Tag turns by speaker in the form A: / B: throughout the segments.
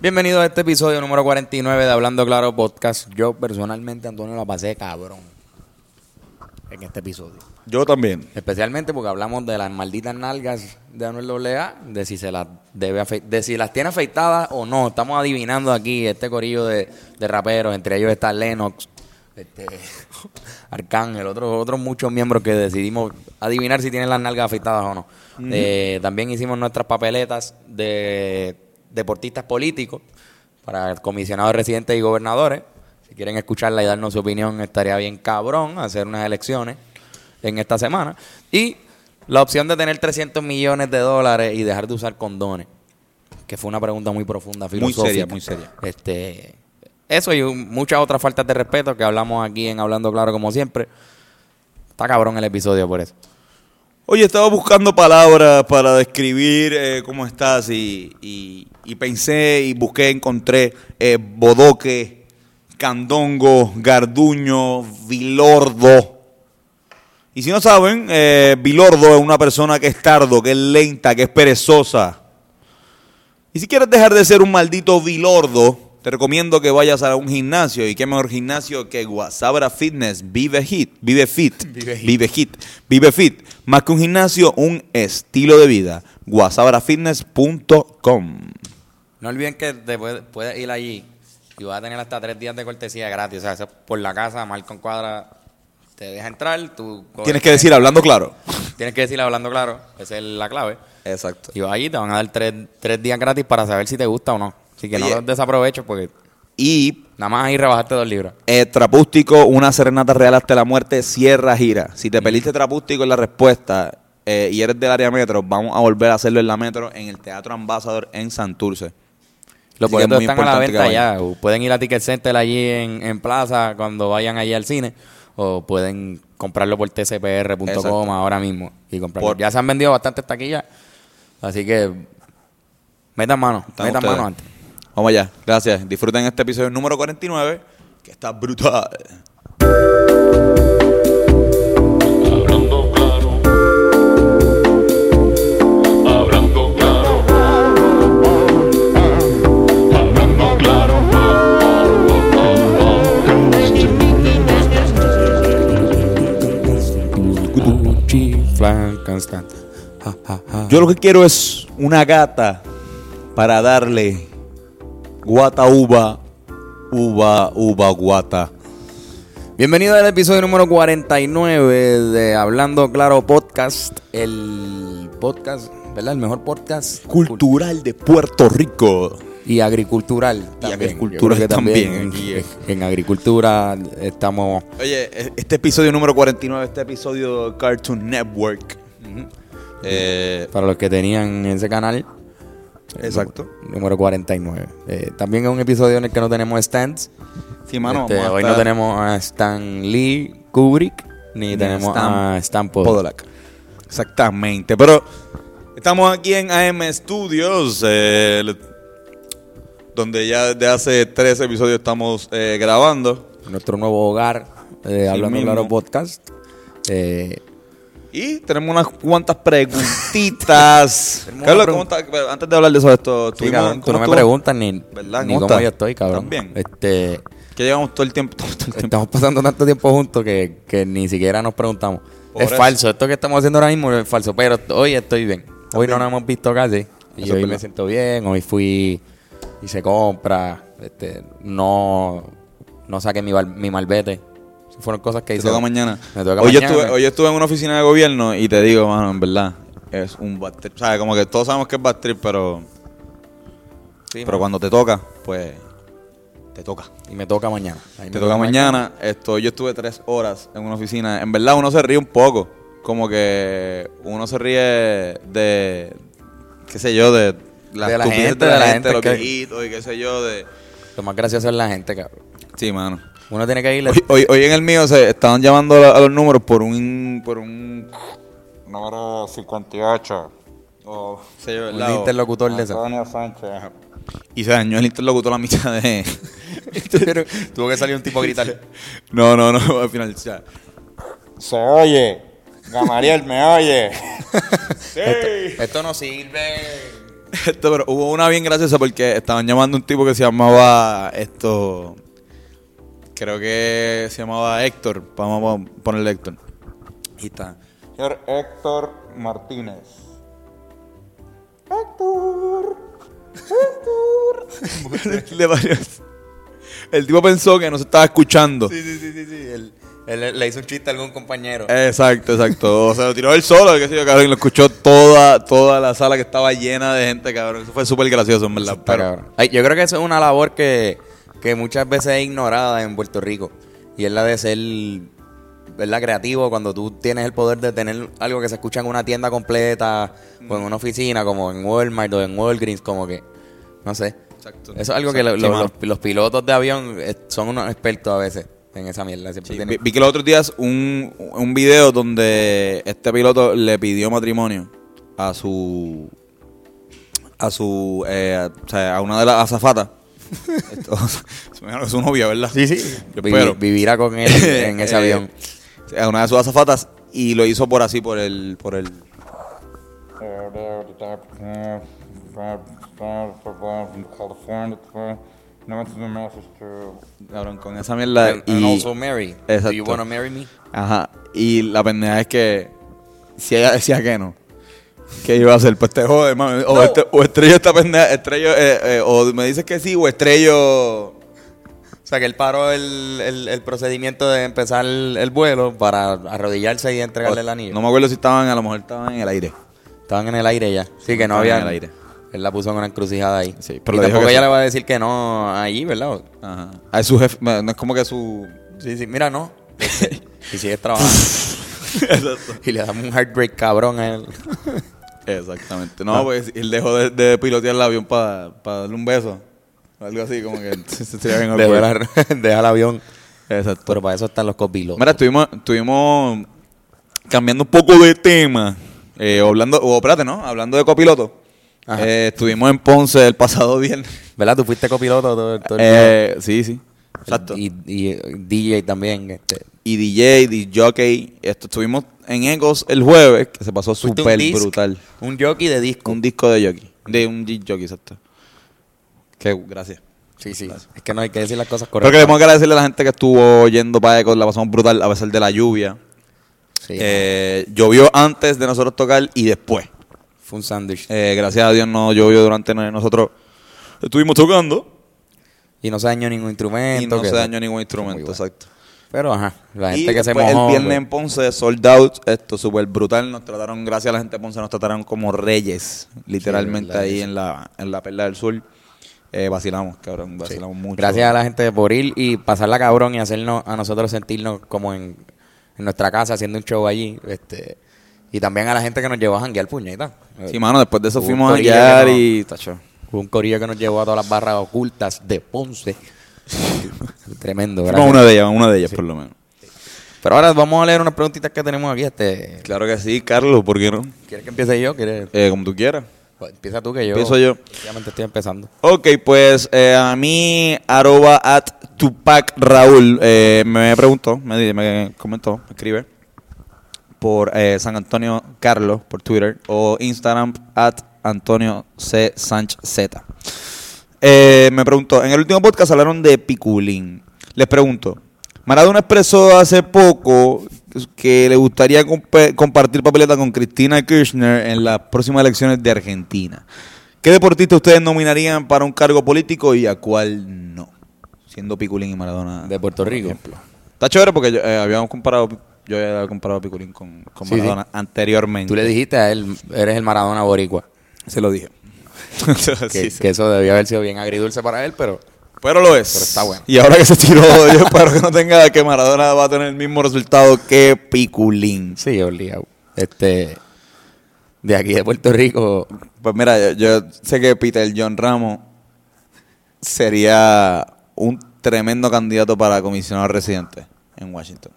A: Bienvenido a este episodio número 49 de Hablando Claro Podcast. Yo personalmente, Antonio, la pasé cabrón en este episodio.
B: Yo también.
A: Especialmente porque hablamos de las malditas nalgas de Anuel AA, de si se las debe afe- de si las tiene afeitadas o no. Estamos adivinando aquí este corillo de, de raperos, entre ellos está Lennox, este, Arcángel, otros otros muchos miembros que decidimos adivinar si tienen las nalgas afeitadas o no. Eh, también hicimos nuestras papeletas de deportistas políticos para comisionados residentes y gobernadores. Si quieren escucharla y darnos su opinión, estaría bien cabrón hacer unas elecciones en esta semana. Y la opción de tener 300 millones de dólares y dejar de usar condones, que fue una pregunta muy profunda,
B: Muy
A: filosófica.
B: seria, muy seria.
A: Este, eso y un- muchas otras faltas de respeto que hablamos aquí en Hablando Claro, como siempre. Está cabrón el episodio por eso.
B: Oye, estaba buscando palabras para describir eh, cómo estás y, y- y pensé y busqué, encontré eh, bodoque, candongo, garduño, vilordo. Y si no saben, eh, vilordo es una persona que es tardo, que es lenta, que es perezosa. Y si quieres dejar de ser un maldito vilordo, te recomiendo que vayas a un gimnasio. ¿Y qué mejor gimnasio que Guasabra Fitness? Vive hit, vive fit,
A: Vive hit.
B: vive hit, vive fit. Más que un gimnasio, un estilo de vida. Guasabrafitness.com
A: No olviden que te puede- puedes ir allí y vas a tener hasta tres días de cortesía gratis. O sea, eso es por la casa, Malcon Cuadra te deja entrar. Tú
B: Tienes que decir hablando claro.
A: Tienes que decir hablando claro. Esa es la clave.
B: Exacto.
A: Y vas allí, te van a dar tres, tres días gratis para saber si te gusta o no. Así que no
B: Oye.
A: los desaproveches porque
B: Y
A: nada más ahí rebajaste dos libras.
B: Eh, trapústico, una serenata real hasta la muerte, cierra gira. Si te peliste trapústico en la respuesta eh, y eres del área metro, vamos a volver a hacerlo en la metro en el Teatro Ambassador en Santurce.
A: Los
B: Así que es
A: boletos
B: muy
A: están a la
B: importante que
A: venta
B: vayan.
A: ya. O Pueden ir a Ticket Center allí en, en Plaza cuando vayan allí al cine. O pueden comprarlo por tcpr.com
B: Exacto.
A: ahora mismo. y comprarlo.
B: Por-
A: Ya se han vendido bastantes taquillas. Así que metan mano.
B: Están
A: metan
B: ustedes.
A: mano antes.
B: Vamos allá, gracias. Disfruten este episodio número 49, que está brutal.
C: Hablando claro, hablando claro, hablando claro,
A: Frankenstein. Ja, ja, ja.
B: Yo lo que quiero es una gata para darle guata uva, uva, uva, guata.
A: Bienvenido al episodio número 49 de Hablando Claro Podcast. El podcast, ¿verdad? El mejor podcast.
B: Cultural de Puerto Rico.
A: Y agricultural. también.
B: agricultura
A: Yo creo que
B: también, aquí
A: En,
B: es.
A: en agricultura estamos.
B: Oye, e- este episodio número 49, este episodio Cartoon Network. Eh,
A: Para los que tenían ese canal.
B: Exacto.
A: Número 49. Eh, también es un episodio en el que no tenemos stands.
B: sí, mano,
A: Este,
B: vamos a
A: hoy no
B: estar-
A: tenemos a Stan Lee Kubrick ni, tenemos a Stan Podolak.
B: Exactamente, pero estamos aquí en AM Studios, eh, el- donde ya desde hace tres episodios estamos eh, grabando.
A: Nuestro nuevo hogar eh, Hablando
B: mismo.
A: Claro Podcast. Eh,
B: Y tenemos unas cuantas preguntitas.
A: Tenemos
B: Carlos,
A: una
B: ¿cómo estás? antes de hablar de eso, esto,
A: Sí,
B: tuvimos-
A: cabrón, tú
B: ¿cómo
A: no me
B: estuvo?
A: preguntas ni,
B: ¿Verdad?
A: ni
B: ¿Cómo
A: cómo
B: estás?
A: yo estoy, cabrón.
B: También.
A: Este,
B: Que llevamos todo el tiempo, todo el tiempo.
A: estamos pasando tanto tiempo juntos que, que ni siquiera nos preguntamos.
B: Por
A: es
B: eso.
A: falso, esto que estamos haciendo ahora mismo es falso, pero hoy estoy bien. Hoy no nos hemos visto casi. Y
B: Eso es
A: hoy me
B: verdad.
A: siento bien, hoy fui y se compra, este, no, no saqué mi, bal- mi malvete. Fueron cosas que
B: Te
A: hice.
B: toca mañana.
A: Me toca
B: hoy, yo
A: mañana.
B: estuve, hoy yo estuve en una oficina de gobierno y te digo, mano, en verdad, es un bad trip. O sea, como que todos sabemos que es bad trip, pero,
A: Sí,
B: pero cuando te toca, pues te toca.
A: Y me toca mañana. Ahí me
B: Te toca mañana. Esto, yo estuve tres horas en una oficina. En verdad, uno se ríe un poco. Como que uno se ríe de, qué sé yo, de las
A: De la
B: estupideces
A: gente, de la gente
B: los
A: que-
B: viejitos y qué sé yo, de...
A: Lo más gracioso es la gente, cabrón.
B: Sí, mano.
A: Uno tiene que irle.
B: Hoy, hoy- hoy en el mío se estaban llamando a, a los números por un por un número 58 o sé yo,
A: Un
B: ¿verdad? O-
A: interlocutor de esos.
B: Antonio Sánchez. Y se dañó el interlocutor a mitad de
A: Tuvo que salir un tipo a gritar.
B: Este, No, no, no, al final ya.
D: Se oye. Gamariel me oye.
A: Esto no sirve.
B: Esto, pero hubo una bien graciosa porque estaban llamando a un tipo que se llamaba esto. Creo que se llamaba Héctor. Vamos a ponerle Héctor. Ahí está. Señor Héctor Martínez. Héctor. Héctor. Le valió- El tipo pensó que no se estaba escuchando.
A: Sí, sí, sí, sí. sí. Él, él le hizo un chiste a algún compañero.
B: Exacto, exacto. O sea, lo tiró él solo, qué sé yo, cabrón. Y lo escuchó toda, toda la sala que estaba llena de gente, cabrón. Eso fue súper gracioso, en verdad.
A: Está
B: pero-
A: cabrón. Ay, yo creo que eso es una labor que, que muchas veces es ignorada en Puerto Rico. Y es la de ser ¿verdad? creativo cuando tú tienes el poder de tener algo que se escucha en una tienda completa o en una oficina, como en Walmart o en Walgreens, como que, no sé.
B: Exacto.
A: Eso es algo que lo-
B: Sí,
A: lo-
B: mano.
A: los, los pilotos de avión eh, son unos expertos a veces en esa mierda. Siempre
B: Sí,
A: tienen-
B: vi, vi que los otros días un, un video donde este piloto le pidió matrimonio a su. a su. eh, a, o sea, a una de las azafatas. Esto- se me imagino que es su novia, ¿verdad? Sí, sí. Yo
A: Vivi-
B: espero.
A: vivirá con él en ese
B: Eh,
A: avión.
B: a una de sus azafatas y lo hizo por así, por el. Por el cabrón, con esa mierda.
A: And,
B: y,
A: and also Mary. Do you
B: Exacto.
A: wanna marry me?
B: Ajá. Y la pendeja es que si ella decía que no, ¿qué iba a hacer? Pues te jode, mami. O, este- o estrello esta pendeja, estrello, eh, eh, o me dices que sí, o estrello.
A: O sea, que él paró el, el- el procedimiento de empezar el, el vuelo para arrodillarse y entregarle el anillo.
B: Oh, No me acuerdo si estaban, a lo mejor estaban en el aire.
A: Estaban en el aire ya. Sí, que no
B: Estaban en
A: había.
B: el aire.
A: Él la puso en una encrucijada ahí.
B: Sí, pero
A: y
B: le dijo
A: tampoco
B: que
A: ella
B: sí.
A: le va a decir que no ahí, ¿verdad?
B: Ajá. Ah, es su jefe, no no es como que su.
A: Sí, sí, mira, no. Este, y sigues trabajando. y le damos un heartbreak cabrón a él.
B: Exactamente. No, pues él dejó de, de pilotear el avión para darle un beso. O algo así, como que se sería bien
A: Deja,
B: awkward.
A: la- deja el avión.
B: Exacto.
A: Pero para eso están los copilotos.
B: Mira, estuvimos, estuvimos cambiando un poco de tema. eh, o hablando, o espérate, ¿no? Hablando de copiloto.
A: Ajá.
B: Eh, estuvimos en Ponce el pasado viernes.
A: ¿Verdad? Tú fuiste copiloto todo, todo el
B: Eh, sí, sí.
A: día.
B: Exacto. Y,
A: Y, y, eh, DJ también. Este.
B: DJ, DJ jockey. Esto, estuvimos en Egos el jueves, que se pasó
A: Fuiste un
B: súper
A: disc,
B: brutal.
A: Un jockey de disco.
B: Un disco de jockey. De un disc jockey, exacto. Que, gracias.
A: Sí, sí. Es que no hay que decir las cosas
B: Pero
A: correctas.
B: queremos agradecerle a la gente que estuvo yendo para Egos. La pasamos brutal a pesar de la lluvia.
A: Sí.
B: Eh, llovió antes de nosotros tocar y después.
A: Fue un sándwich.
B: Eh, gracias a Dios no llovió durante no- nosotros. Estuvimos tocando
A: y no se dañó ningún instrumento.
B: y no
A: que-
B: se dañó ningún
A: Muy
B: instrumento,
A: bueno.
B: exacto.
A: Pero ajá, la
B: Y
A: gente que se
B: después
A: mojó.
B: el viernes en
A: pues,
B: Ponce, sold out, esto súper brutal. Nos trataron, gracias a la gente de Ponce, nos trataron como reyes, literalmente
A: verdad que
B: ahí
A: sí.
B: en la, en la Perla del Sur. Eh, vacilamos, cabrón, vacilamos mucho.
A: Gracias a la gente por ir y pasarla cabrón y hacernos a nosotros sentirnos como en, en nuestra casa haciendo un show allí. este Y también a la gente que nos llevó a janguear puñeta.
B: Sí, mano, después de eso
A: Hubo un
B: fuimos a
A: corillo
B: hallar
A: que no-
B: y. Tacho.
A: Hubo un corillo que nos llevó a todas las barras ocultas de Ponce. Tremendo,
B: Fuimos a
A: gracias.
B: una de ellas, a una de ellas por lo menos.
A: Pero ahora vamos a leer unas preguntitas que tenemos aquí. este
B: Claro que sí, Carlos, ¿por qué no?
A: ¿Quieres que empiece yo? ¿Quieres?
B: Eh, como tú quieras.
A: Pues, empieza tú que yo.
B: Empiezo yo.
A: Obviamente estoy empezando.
B: Ok, pues eh, a mí, arroba at Tupac Raúl, eh, me preguntó, me, di- me comentó, me escribe por eh, San Antonio Carlos, por Twitter, o Instagram at Antonio C. Sanch Z. Eh, me preguntó, en el último podcast hablaron de Piculín. Les pregunto, Maradona expresó hace poco que le gustaría compa- compartir papeleta con Cristina Kirchner en las próximas elecciones de Argentina. ¿Qué deportista ustedes nominarían para un cargo político y a cuál no? Siendo Piculín y Maradona.
A: Ah, De Puerto
B: por
A: Rico.
B: ejemplo. Está chévere porque yo, eh, habíamos comparado, yo había comparado a Piculín con, con
A: Sí, sí.
B: Maradona anteriormente.
A: Tú le dijiste a él, eres el Maradona Boricua.
B: Se lo dije.
A: Que,
B: Sí, sí.
A: que eso debió haber sido bien agridulce para él, pero
B: Pero lo es.
A: Pero está bueno.
B: Y ahora que se tiró, yo espero que no tenga que Maradona va a tener el mismo resultado que Piculín.
A: sí, obligado. Este, de aquí de Puerto Rico,
B: Pues mira, yo, yo sé que Peter John Ramos sería un tremendo candidato para comisionado residente en Washington.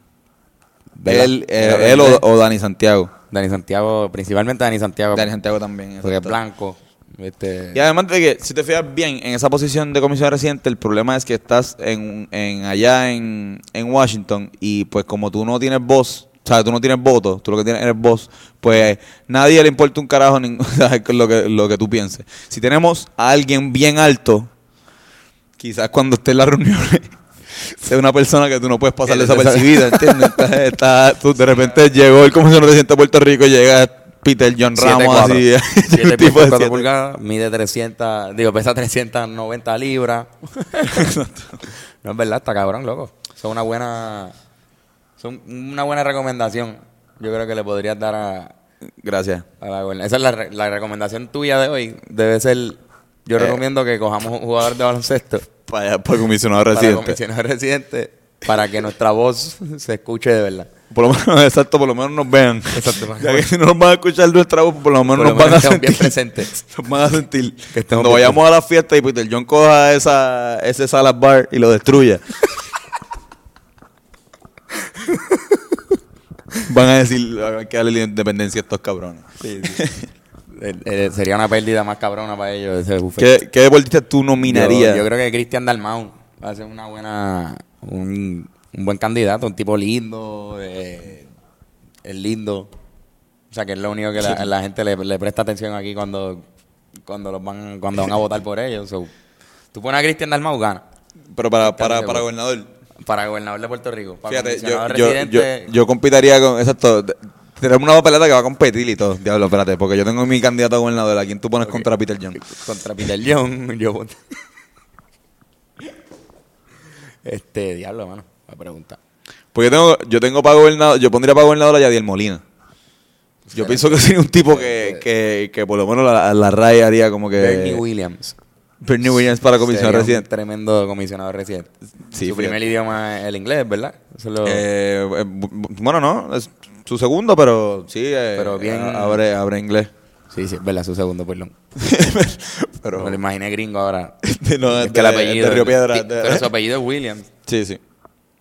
A: ¿verdad?
B: Él, eh,
A: Pero
B: él o,
A: él-
B: o Dani Santiago.
A: Dani Santiago, principalmente Dani Santiago,
B: Dani Santiago también.
A: porque es
B: exacto.
A: blanco. Este,
B: Y además de que, si te fijas bien, en esa posición de comisionado residente, el problema es que estás en, en allá en, en Washington y pues como tú no tienes voz, o sea, tú no tienes voto, tú lo que tienes eres voz, pues nadie le importa un carajo nin- o sea, con lo, que, lo que tú pienses. Si tenemos a alguien bien alto, quizás cuando esté en las reuniones, sea una persona que tú no puedes pasar
A: Él es
B: desapercibida, ¿entiendes? Está- está- tú de repente llegó el comisionado de Presidente de Puerto Rico, llega Peter John Ramos, así,
A: 7
B: un tipo de siete-
A: pulgadas, mide 300, digo, pesa 390 libras. no es verdad, está cabrón, loco. Son una buena son una buena recomendación. Yo creo que le podrías dar a,
B: Gracias.
A: a la goberna- Esa es la, re- la recomendación tuya de hoy. Debe ser yo
B: Eh.
A: recomiendo que cojamos un jugador de baloncesto pues,
B: Para, para el comisionado
A: para
B: residente.
A: comisionados residentes para que nuestra voz se escuche de verdad.
B: Por lo menos, exacto, por lo menos nos vean.
A: Exacto.
B: Ya que si no nos van a escuchar nuestra voz, por lo menos
A: Por
B: nos
A: lo
B: van
A: menos
B: a
A: estemos
B: sentir.
A: bien presentes.
B: Nos van a sentir.
A: Que estemos
B: Cuando
A: bien
B: vayamos a la fiesta y Peter John coja esa, ese salad bar y lo destruya. van a decir, hay que darle la independencia a estos cabrones.
A: Eh, eh, sería una pérdida más cabrona para ellos ese buffet.
B: ¿Qué, qué deportista tú nominarías?
A: Yo, yo creo que Cristian Dalmau va a ser una buena, un, un buen candidato, un tipo lindo, eh, es lindo. O sea, que es lo único que la, la gente le, le presta atención aquí cuando, cuando los van cuando van a votar por ellos. So, tú pones a Cristian Dalmau, gana.
B: Pero para, para,
A: Seguro.
B: para gobernador.
A: Para gobernador de Puerto Rico. Para
B: Fíjate, yo,
A: comisionado
B: yo,
A: residente,
B: yo- yo competiría con. Exacto. de- Tenemos una papeleta que va a competir y todo. Diablo, espérate, porque yo tengo mi candidato a gobernador. ¿A quién tú pones contra Peter John?
A: contra Peter León. Yo voto. Este, diablo, hermano, la pregunta.
B: Pues yo tengo, yo tengo para gobernador. Yo pondría para gobernador a Yadiel Molina. Yo pienso que sería un tipo que, que, que por lo menos la, la raya haría como que.
A: Bernie Williams.
B: Bernie Williams para comisión
A: Sería un
B: residente.
A: Tremendo comisionado residente.
B: Sí,
A: Su
B: fíjate.
A: primer idioma es el inglés, ¿verdad? Eso es lo-
B: Eh, eh, bu- bu- bueno, no. Es su segundo, pero sí. eh,
A: Pero bien-
B: Abre, abre inglés.
A: Sí, sí, es verdad, su segundo, perdón.
B: pero.
A: Me lo imaginé gringo ahora.
B: no,
A: Es
B: es
A: que el
B: de-
A: apellido.
B: de Río Piedra,
A: sí,
B: de-
A: pero su apellido es Williams,
B: Sí, sí.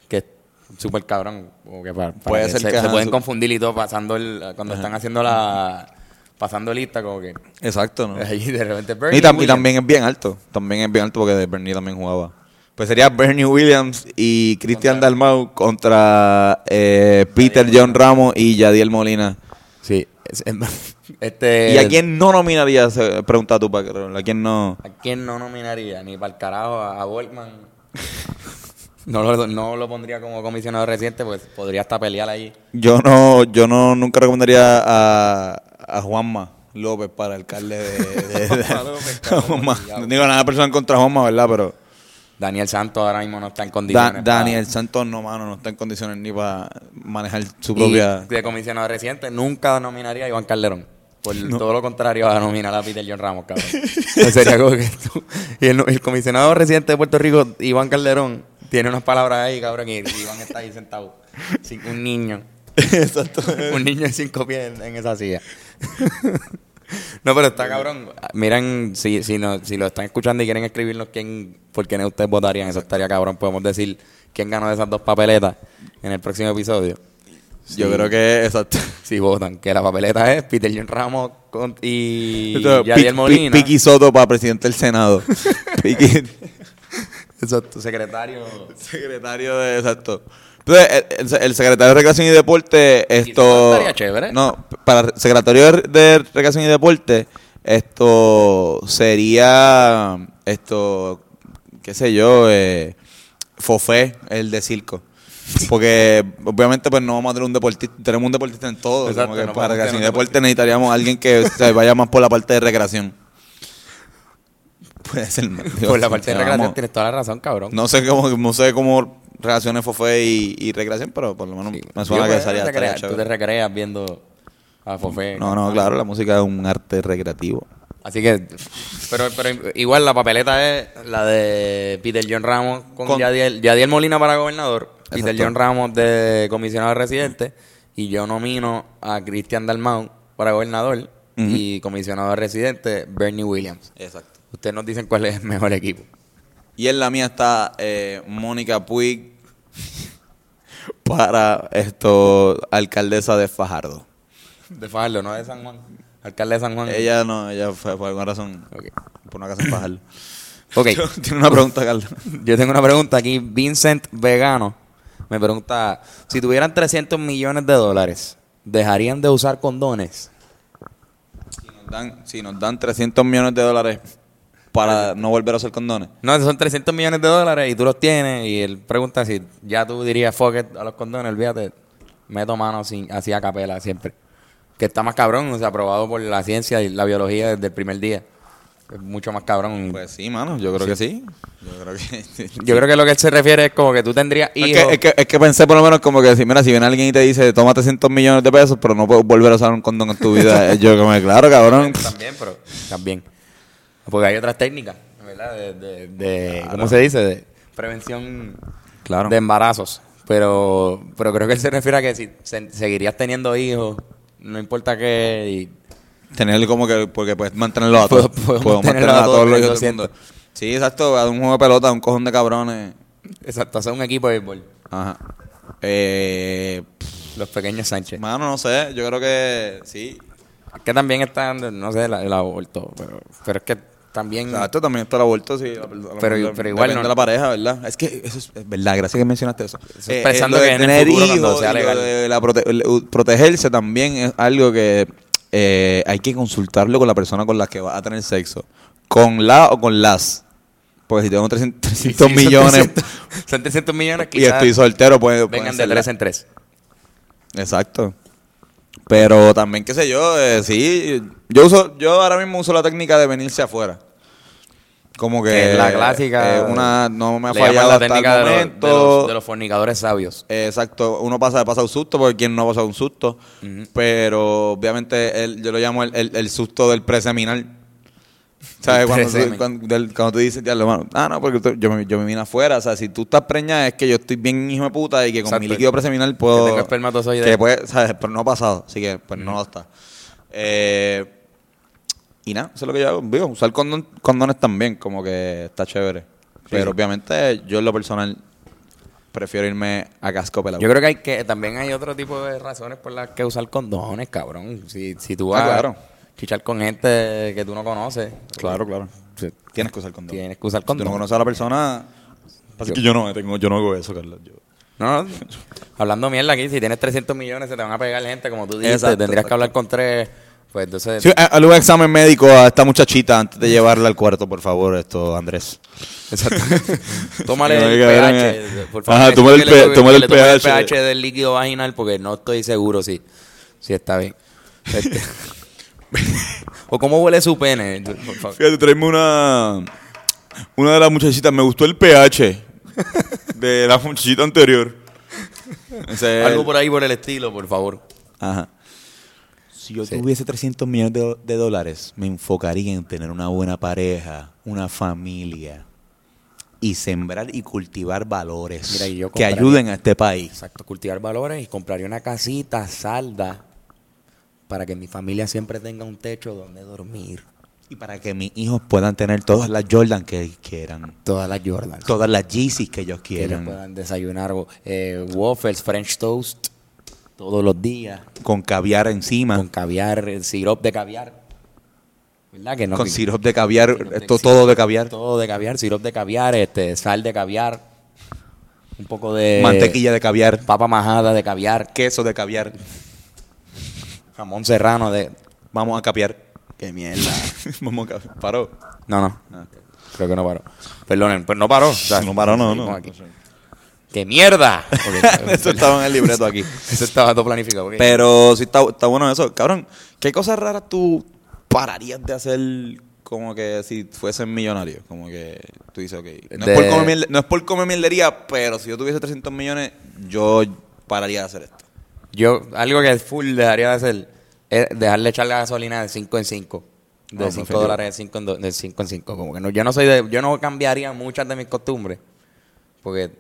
A: que es súper cabrón. como que para- para
B: Puede
A: que
B: ser
A: se,
B: que,
A: se
B: ajá,
A: pueden
B: su-
A: confundir y todo pasando el, cuando están haciendo la. pasando lista, como que.
B: Exacto, ¿no?
A: Ahí de repente Bernie
B: Ah. Y, tam- y
A: Williams.
B: también es bien alto. También es bien alto porque Bernie también jugaba. Pues sería Bernie Williams y Cristian Dalmau contra eh, Peter John Ramos y Yadiel Molina.
A: Sí. es- este,
B: ¿Y a quién no nominarías? Eh, Pregunta tú, Paco. ¿A quién no?
A: ¿A quién no nominaría? Ni para el carajo a, a Volkman. No lo, no lo pondría como comisionado reciente, pues podría hasta pelear ahí.
B: Yo no, yo no nunca recomendaría a, a Juanma López para alcalde de, de- de-
A: Juanma López,
B: a
A: cabrón,
B: Juanma.
A: obligado.
B: No digo nada personal contra Juanma, ¿verdad? Pero
A: Daniel Santos ahora mismo no está en
B: Da-
A: condiciones. para-
B: Daniel Santos no, mano, no está en condiciones ni para manejar su
A: Y
B: propia.
A: de comisionado reciente nunca nominaría a Iván Calderón. Por todo lo contrario, va a nominar a Peter John Ramos, cabrón. Eso sería como que tú- Y el, el comisionado reciente de Puerto Rico, Iván Calderón, tiene unas palabras ahí, cabrón, que Iván está ahí sentado. Sin- un niño.
B: Exacto.
A: un niño de cinco pies en, en esa silla. no, pero está cabrón. Miren, si, si, no- si lo están escuchando y quieren escribirnos quién, por quién ustedes votarían, eso estaría cabrón. Podemos decir quién ganó de esas dos papeletas en el próximo episodio.
B: Yo creo que exacto.
A: Si votan, que la papeleta es Peter John Ramos con- y
B: Esto, Pi-
A: Yadier
B: Pi-
A: Molina.
B: Piqui Soto para presidente del Senado. Piqui-
A: Eso, tu secretario.
B: secretario de exacto. Entonces, el, el- el secretario de Recreación y Deporte,
A: Soto
B: esto.
A: estaría chévere.
B: No, para secretario de, de Recreación y Deporte, esto sería. Esto. ¿Qué sé yo? Eh, Fofé, el de circo. Porque obviamente pues no vamos a tener un deportista, tenemos un deportista en todo.
A: Exacto,
B: como que
A: no
B: para
A: podemos
B: recreación y
A: tener un
B: deporte necesitaríamos a alguien que se vaya más por la parte de recreación. Puede ser más.
A: Por la parte de recreación
B: Vamos.
A: tienes toda la razón, cabrón.
B: No sé cómo, no sé cómo relaciones Fofé y, y recreación, pero por lo menos
A: Sí.
B: me suena
A: Yo,
B: que
A: pues,
B: estaría,
A: te
B: estaría
A: recreas- Ah. Tú te
B: chévere.
A: recreas viendo a Fofé.
B: No, no, claro, la música es un arte recreativo.
A: Así que, pero, pero igual la papeleta es la de Peter John Ramos con,
B: Con-
A: Yadiel, Yadiel Molina para gobernador, Peter
B: Exacto.
A: John Ramos de comisionado residente y yo nomino a Cristian Dalmau para gobernador y comisionado residente Bernie Williams.
B: Exacto.
A: Ustedes nos dicen cuál es el mejor equipo.
B: Y en la mía está eh, Mónica Puig para esto, alcaldesa de Fajardo.
A: De Fajardo, no de San Juan. Alcalde de San Juan.
B: Ella no, ella fue por alguna razón,
A: Ok.
B: por una casa en Fajardo.
A: Ok.
B: Tiene una pregunta, Carlos.
A: Yo tengo una pregunta aquí. Vincent Vegano Me pregunta, si tuvieran 300 millones de dólares, ¿dejarían de usar condones?
B: Si nos dan, si nos dan 300 millones de dólares para no volver a hacer condones.
A: No, son 300 millones de dólares y tú los tienes y él pregunta si ya tú dirías fuck it a los condones, olvídate, meto mano sin, así a capela siempre. Que está más cabrón, o sea, aprobado por la ciencia y la biología desde el primer día. Es mucho más cabrón.
B: Pues sí, mano, yo creo que sí. Yo creo que...
A: Yo creo que lo que él se refiere es como que tú tendrías
B: Es
A: hijos.
B: que, es, que, es que pensé por lo menos como que si, mira, si viene alguien y te dice, toma 300 millones de pesos, pero no puedes volver a usar un condón en tu vida. eh, Yo como, claro, cabrón.
A: También, pero. También. Porque hay otras técnicas, ¿verdad? De, de- de- ¿Cómo se dice? De prevención
B: Claro.
A: de embarazos. Pero, pero creo que él se refiere a que si se- seguirías teniendo hijos, no importa qué. y-
B: Tener como que, porque puedes mantenerlo a todos.
A: Puedo- puedo mantenerlo a todos,
B: hijos
A: lo
B: del mundo. Sí, exacto, a un juego de pelota, a un cojón de cabrones.
A: exacto, hacer un equipo de béisbol.
B: Ajá. Eh,
A: Los pequeños Sánchez.
B: mano, no sé, yo creo que sí.
A: Que también están, no sé, la- el aborto. Pero, pero es que también.
B: Exacto, también está el aborto, sí. la- la-
A: Pero-
B: la-
A: pero igual
B: depende
A: no-
B: de la pareja, ¿verdad? Es que eso es, es verdad, gracias que mencionaste eso. Eh,
A: Eso es pensando
B: lo de
A: que en el
B: tener
A: futuro cuando
B: hijos
A: sea
B: y lo
A: legal.
B: de la prote- el- u- protegerse también es algo que eh, hay que consultarlo con la persona con la que va a tener sexo. ¿Con la o con las? Porque si tengo 300,
A: Sí, sí,
B: 300
A: son
B: millones
A: 300 Son 300 millones
B: y
A: quizás
B: estoy soltero, pues...
A: vengan de tres en tres.
B: Exacto. Pero también, qué sé yo, eh, sí, yo uso, yo ahora mismo uso la técnica de venirse afuera. Como que
A: es la clásica.
B: eh, una, no me ha
A: le llaman
B: fallado
A: la
B: hasta el
A: técnica de los- de
B: momento.
A: los- de los fornicadores sabios.
B: Eh, Exacto, uno pasa, pasa un susto, porque quien no pasa un susto, pero obviamente el- yo lo llamo el, el- el susto del preseminal. ¿Sabes?
A: El
B: Cuando, tú-
A: presemen.
B: cuando, del- cuando tú dices, diablo, mano, ah, no, porque tú- yo, me, yo me vine afuera, o sea, si tú estás preñada es que yo estoy bien hijo de puta y que con mi
A: Exacto.
B: líquido preseminal puedo...
A: Que tengo espermatozoides.
B: que puede- ¿sabes? Pero no ha pasado, así que pues no está. Eh, y nada, eso es lo que yo hago. Digo, usar condón- condones también, como que está chévere. Pero obviamente yo en lo personal prefiero irme a casco pelado.
A: Yo creo que hay que también hay otro tipo de razones por las que usar condones, cabrón. Si, si tú vas
B: Ah, claro.
A: a chichar con gente que tú no conoces,
B: Claro, claro. Tienes que usar condón.
A: tienes que usar
B: Si tú
A: condón.
B: no conoces a la persona... Pasa
A: Yo-
B: que yo no, tengo, yo no hago eso, Carlos. Yo-
A: No, no. hablando mierda aquí, si tienes 300 millones se te van a pegar gente, como tú dijiste,
B: Exacto,
A: tendrías que
B: exacto.
A: hablar con tres. Pues entonces,
B: Sí, hazle un examen médico a esta muchachita antes de llevarla al cuarto, por favor, esto, Andrés.
A: exacto. tómale
B: No,
A: el
B: cabrón, eh.
A: pH, por favor.
B: Ajá, tómale el
A: explíquele
B: pe-
A: que-
B: tómale
A: que
B: el
A: le tome
B: pH.
A: pH del líquido vaginal porque no estoy seguro si, si está bien. Este- o cómo huele su pene, por favor.
B: Fíjate, tráeme una. Una de las muchachitas. Me gustó el pH de la muchachita anterior. Ese es
A: Algo
B: el-
A: por ahí por el estilo, por favor.
B: Ajá. Si yo
A: Sí.
B: tuviese 300 millones de, de dólares, me enfocaría en tener una buena pareja, una familia y sembrar y cultivar valores
A: Mira, y yo
B: que
A: compraría-
B: ayuden a este país.
A: Exacto, cultivar valores y compraría una casita salda para que mi familia siempre tenga un techo donde dormir.
B: Y para que mis hijos puedan tener todas las Jordan que quieran,
A: Todas las Jordans.
B: todas las Yeezys que ellos
A: que le
B: quieran.
A: puedan desayunar eh, waffles, French toast todos los días
B: con caviar encima.
A: con caviar, eh, sirope de caviar. ¿Verdad que no?
B: con
A: que-
B: sirope de caviar,
A: sirope de-
B: esto todo de caviar,
A: Todo de caviar, sirope de caviar, este sal de caviar, un poco de
B: mantequilla de caviar,
A: papa majada de caviar,
B: queso de caviar.
A: jamón serrano de
B: Vamos a caviar.
A: qué mierda.
B: Vamos a caviar. Paró.
A: No, no.
B: Ah,
A: Creo que no paró. Perdonen, pues no paró. O sea,
B: No paró, no,
A: seguimos
B: no.
A: aquí. ¡Qué mierda! Ok,
B: Eso estaba en el libreto aquí.
A: Eso estaba todo planificado. ok.
B: Pero sí está, está bueno eso. Cabrón, ¿qué cosas raras tú pararías de hacer como que si fuesen millonario? Como que tú dices, ok. No,
A: De-
B: es, por comer, miel- no es por comer mierdería, pero si yo tuviese 300 millones, yo pararía de hacer esto.
A: Yo, algo que full dejaría de hacer es dejarle echar la gasolina de 5 en 5.
B: Ah,
A: De 5
B: perfecto.
A: dólares de 5 en 5. De cinco en cinco. Como que no, yo no soy de, yo no cambiaría muchas de mis costumbres. Porque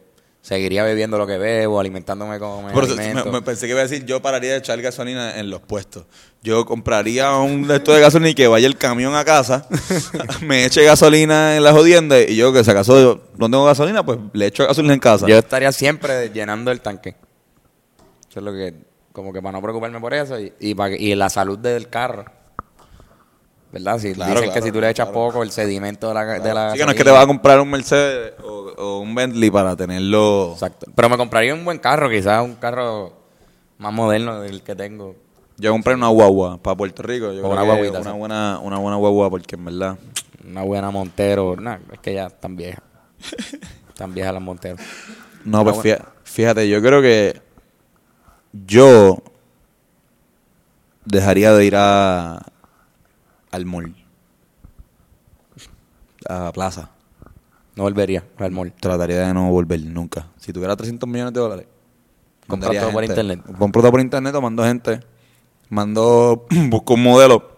A: seguiría bebiendo lo que bebo, alimentándome como me
B: Por eso,
A: alimento.
B: me- me pensé que iba a decir, yo pararía de echar gasolina en los puestos. Yo compraría un de estos de gasolina y que vaya el camión a casa, me eche gasolina en la jodienda y yo que si acaso yo no tengo gasolina, pues le echo gasolina en casa.
A: Yo estaría siempre llenando el tanque. Eso es lo que, como que para no preocuparme por eso y, y, pa' que- y la salud del carro. ¿Verdad? Si
B: Claro,
A: dicen que
B: claro,
A: si tú le echas
B: claro.
A: poco, el sedimento de la, ga- de la
B: Así que no es
A: gasolina-
B: que te vas a comprar un Mercedes o, o un Bentley para tenerlo.
A: Exacto. Pero me compraría un buen carro, quizás un carro más moderno del que tengo.
B: Yo compré una guagua para Puerto Rico. Yo
A: O
B: creo
A: una
B: que
A: guaguita,
B: Una
A: sí.
B: buena, una buena guagua porque en verdad.
A: Una buena Montero. Nah, es que ya están viejas. Están viejas las Montero.
B: No,
A: Una
B: pues
A: buena-
B: fía- fíjate, yo creo que yo dejaría de ir a al mall. A la plaza.
A: No volvería al mall.
B: Trataría de no volver nunca. Si tuviera 300 millones de dólares.
A: Compra
B: mandaría
A: todo por
B: gente.
A: internet.
B: Compro todo por internet o mando gente. Mando, busco un modelo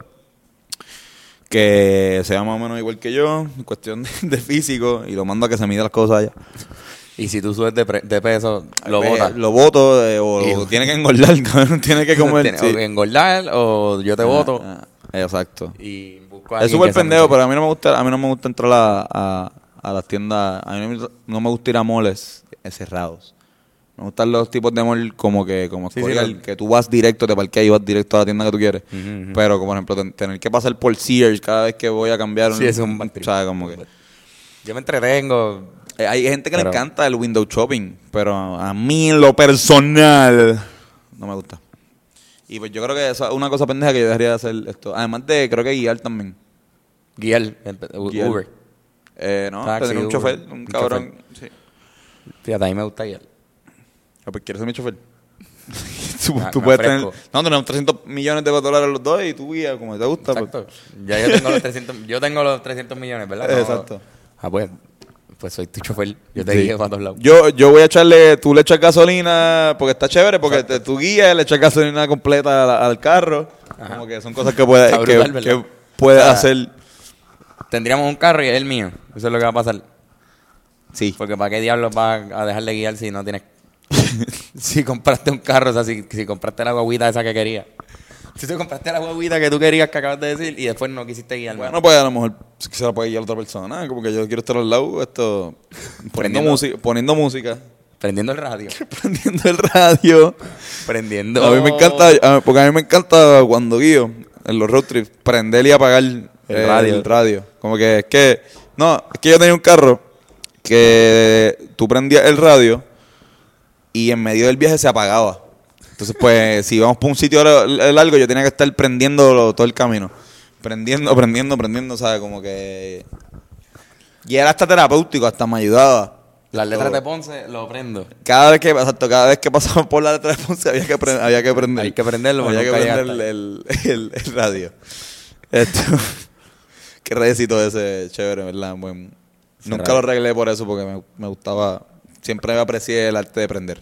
B: que sea más o menos igual que yo, en cuestión de, de físico, y lo mando a que se mida las cosas allá.
A: Y si tú subes de, pre- de peso, lo
B: Eh,
A: botas.
B: Lo voto eh, o
A: Hijo.
B: tiene que engordar, cabrón, tiene que comer.
A: Tienes
B: sí.
A: o que engordar o yo te voto.
B: Ah, ah, exacto.
A: Y busco a
B: Es
A: alguien
B: súper
A: que sea
B: pendejo,
A: mucho.
B: pero a mí no me gusta, a mí no me gusta entrar a, a- a las tiendas, a mí no me, no me gusta ir a moles eh, cerrados. Me gustan los tipos de mall como que como
A: Sí, sí,
B: Escorial,
A: los-
B: que tú vas directo, te parqueas y vas directo a la tienda que tú quieres.
A: Ujú, ujú.
B: Pero como por ejemplo ten- tener que pasar por Sears cada vez que voy a cambiar
A: Sí, es un bad
B: o
A: trip.
B: sea, como que
A: Yo me entretengo.
B: Eh, hay gente que
A: Pero-
B: le encanta el window shopping, pero a mí en lo personal no me gusta. Y pues yo creo que esa es una cosa pendeja que yo dejaría de hacer esto. Además de, creo que guiar también.
A: Guiar, gente, u-
B: Guiar.
A: Uber.
B: Eh, no,
A: Taxi,
B: tener un
A: Uber,
B: chofer, un,
A: un
B: cabrón. Sí.
A: Fíjate, a mí me gusta guiar.
B: Ah, pues quieres ser mi chofer. tú
A: Ah,
B: tú
A: ah,
B: puedes
A: fresco.
B: tener. No, tenemos 300 millones de dólares los dos y tú guías como te gusta. pues.
A: Exacto. Ya yo tengo los 300, yo tengo los 300 millones, ¿verdad? No-
B: Exacto.
A: Ah, pues, pues soy tu chofer. Yo te
B: Sí.
A: guío para todos lados.
B: Yo, yo voy a echarle, tú le echas gasolina, porque está chévere, porque te- tú guías, le echas gasolina completa al, al carro. Como que son cosas que puedes,
A: Está brutal, ¿verdad?
B: que, que puedes
A: O sea,
B: hacer.
A: Tendríamos un carro y es el mío. Eso es lo que va a pasar.
B: Sí.
A: Porque ¿para qué diablos vas a dejarle guiar si no tienes... si compraste un carro, o sea, si, si compraste la guaguita esa que querías. Si tú compraste la guaguita que tú querías, que acabas de decir, y después no quisiste guiarme.
B: Bueno, pues a lo mejor se la puede guiar otra persona. Como que yo quiero estar al lado, esto. Poniendo,
A: Prendiendo.
B: música, poniendo música,
A: prendiendo el radio.
B: prendiendo el radio.
A: prendiendo...
B: A mí me encanta, a- porque a mí me encanta cuando guío en los road trips, prender y apagar el,
A: radio.
B: el radio. Como que es que, no, es que yo tenía un carro que tú prendías el radio y en medio del viaje se apagaba. Entonces, pues, si íbamos por un sitio lar- largo, yo tenía que estar prendiéndolo todo el camino. Prendiendo, prendiendo, prendiendo, ¿sabes? Como que. Y era hasta terapéutico, hasta me ayudaba.
A: Las letras
B: Esto-
A: de Ponce lo prendo.
B: cada vez que, exacto, cada vez que pasaba por la letra de Ponce había que, pre- había que prender.
A: Hay que prenderlo,
B: Había que
A: nunca
B: prender el,
A: llega
B: el- el- el radio. Esto. Qué radiecito ese, chévere, ¿verdad? Buen-
A: Ese
B: nunca
A: radio.
B: lo arreglé por eso porque me, me gustaba. Siempre me aprecié el arte de prender.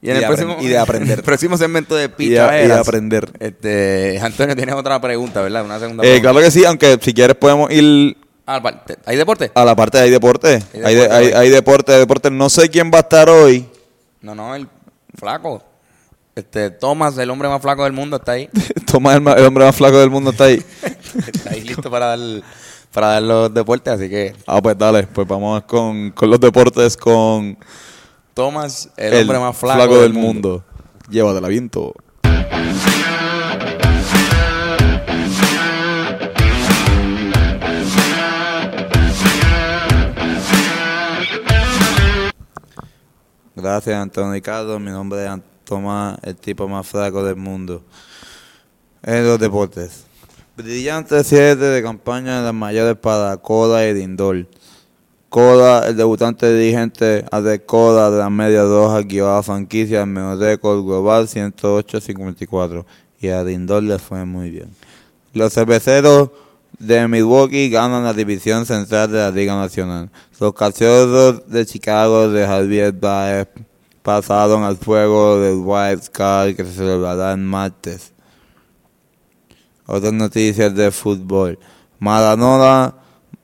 A: Y, en
B: Y
A: el
B: de
A: próximo,
B: aprend- y de aprender.
A: el próximo segmento de
B: Y de- y de
A: Pichaveras.
B: aprender.
A: Este, Antonio, tienes otra pregunta, ¿verdad? Una segunda
B: Eh,
A: pregunta.
B: claro que sí, aunque si quieres podemos ir
A: Ah, pa- te- ¿Hay deporte?
B: a la parte de hay deporte.
A: Hay
B: Hay, de-
A: deporte
B: hay-
A: hoy.
B: hay deporte, hay deporte. No sé quién va a estar hoy.
A: No, no, el flaco. Este, Thomas, el hombre más flaco del mundo, está ahí.
B: Tomás, el, ma- el hombre más flaco del mundo, está ahí.
A: Está ahí listo para dar, para dar los deportes, así que
B: Ah, pues dale, pues vamos con, con los deportes con
A: Thomas, el, hombre más flaco,
B: del mundo. Llévatela viento. Gracias, Antonio Ricardo. Mi nombre es An- Tomás, el tipo más flaco del mundo. En los deportes. Brillante 7 de campaña de las mayores para Coda y Dindol. Coda, el debutante dirigente de Coda de la media roja, guió a la franquicia al mejor récord global 108-54 y a Lindor le fue muy bien. Los cerveceros de Milwaukee ganan la división central de la Liga Nacional. Los cachorros de Chicago de Javier Baez pasaron al juego del Wild Card que se celebrará el martes. Otras noticias de fútbol. Maradona,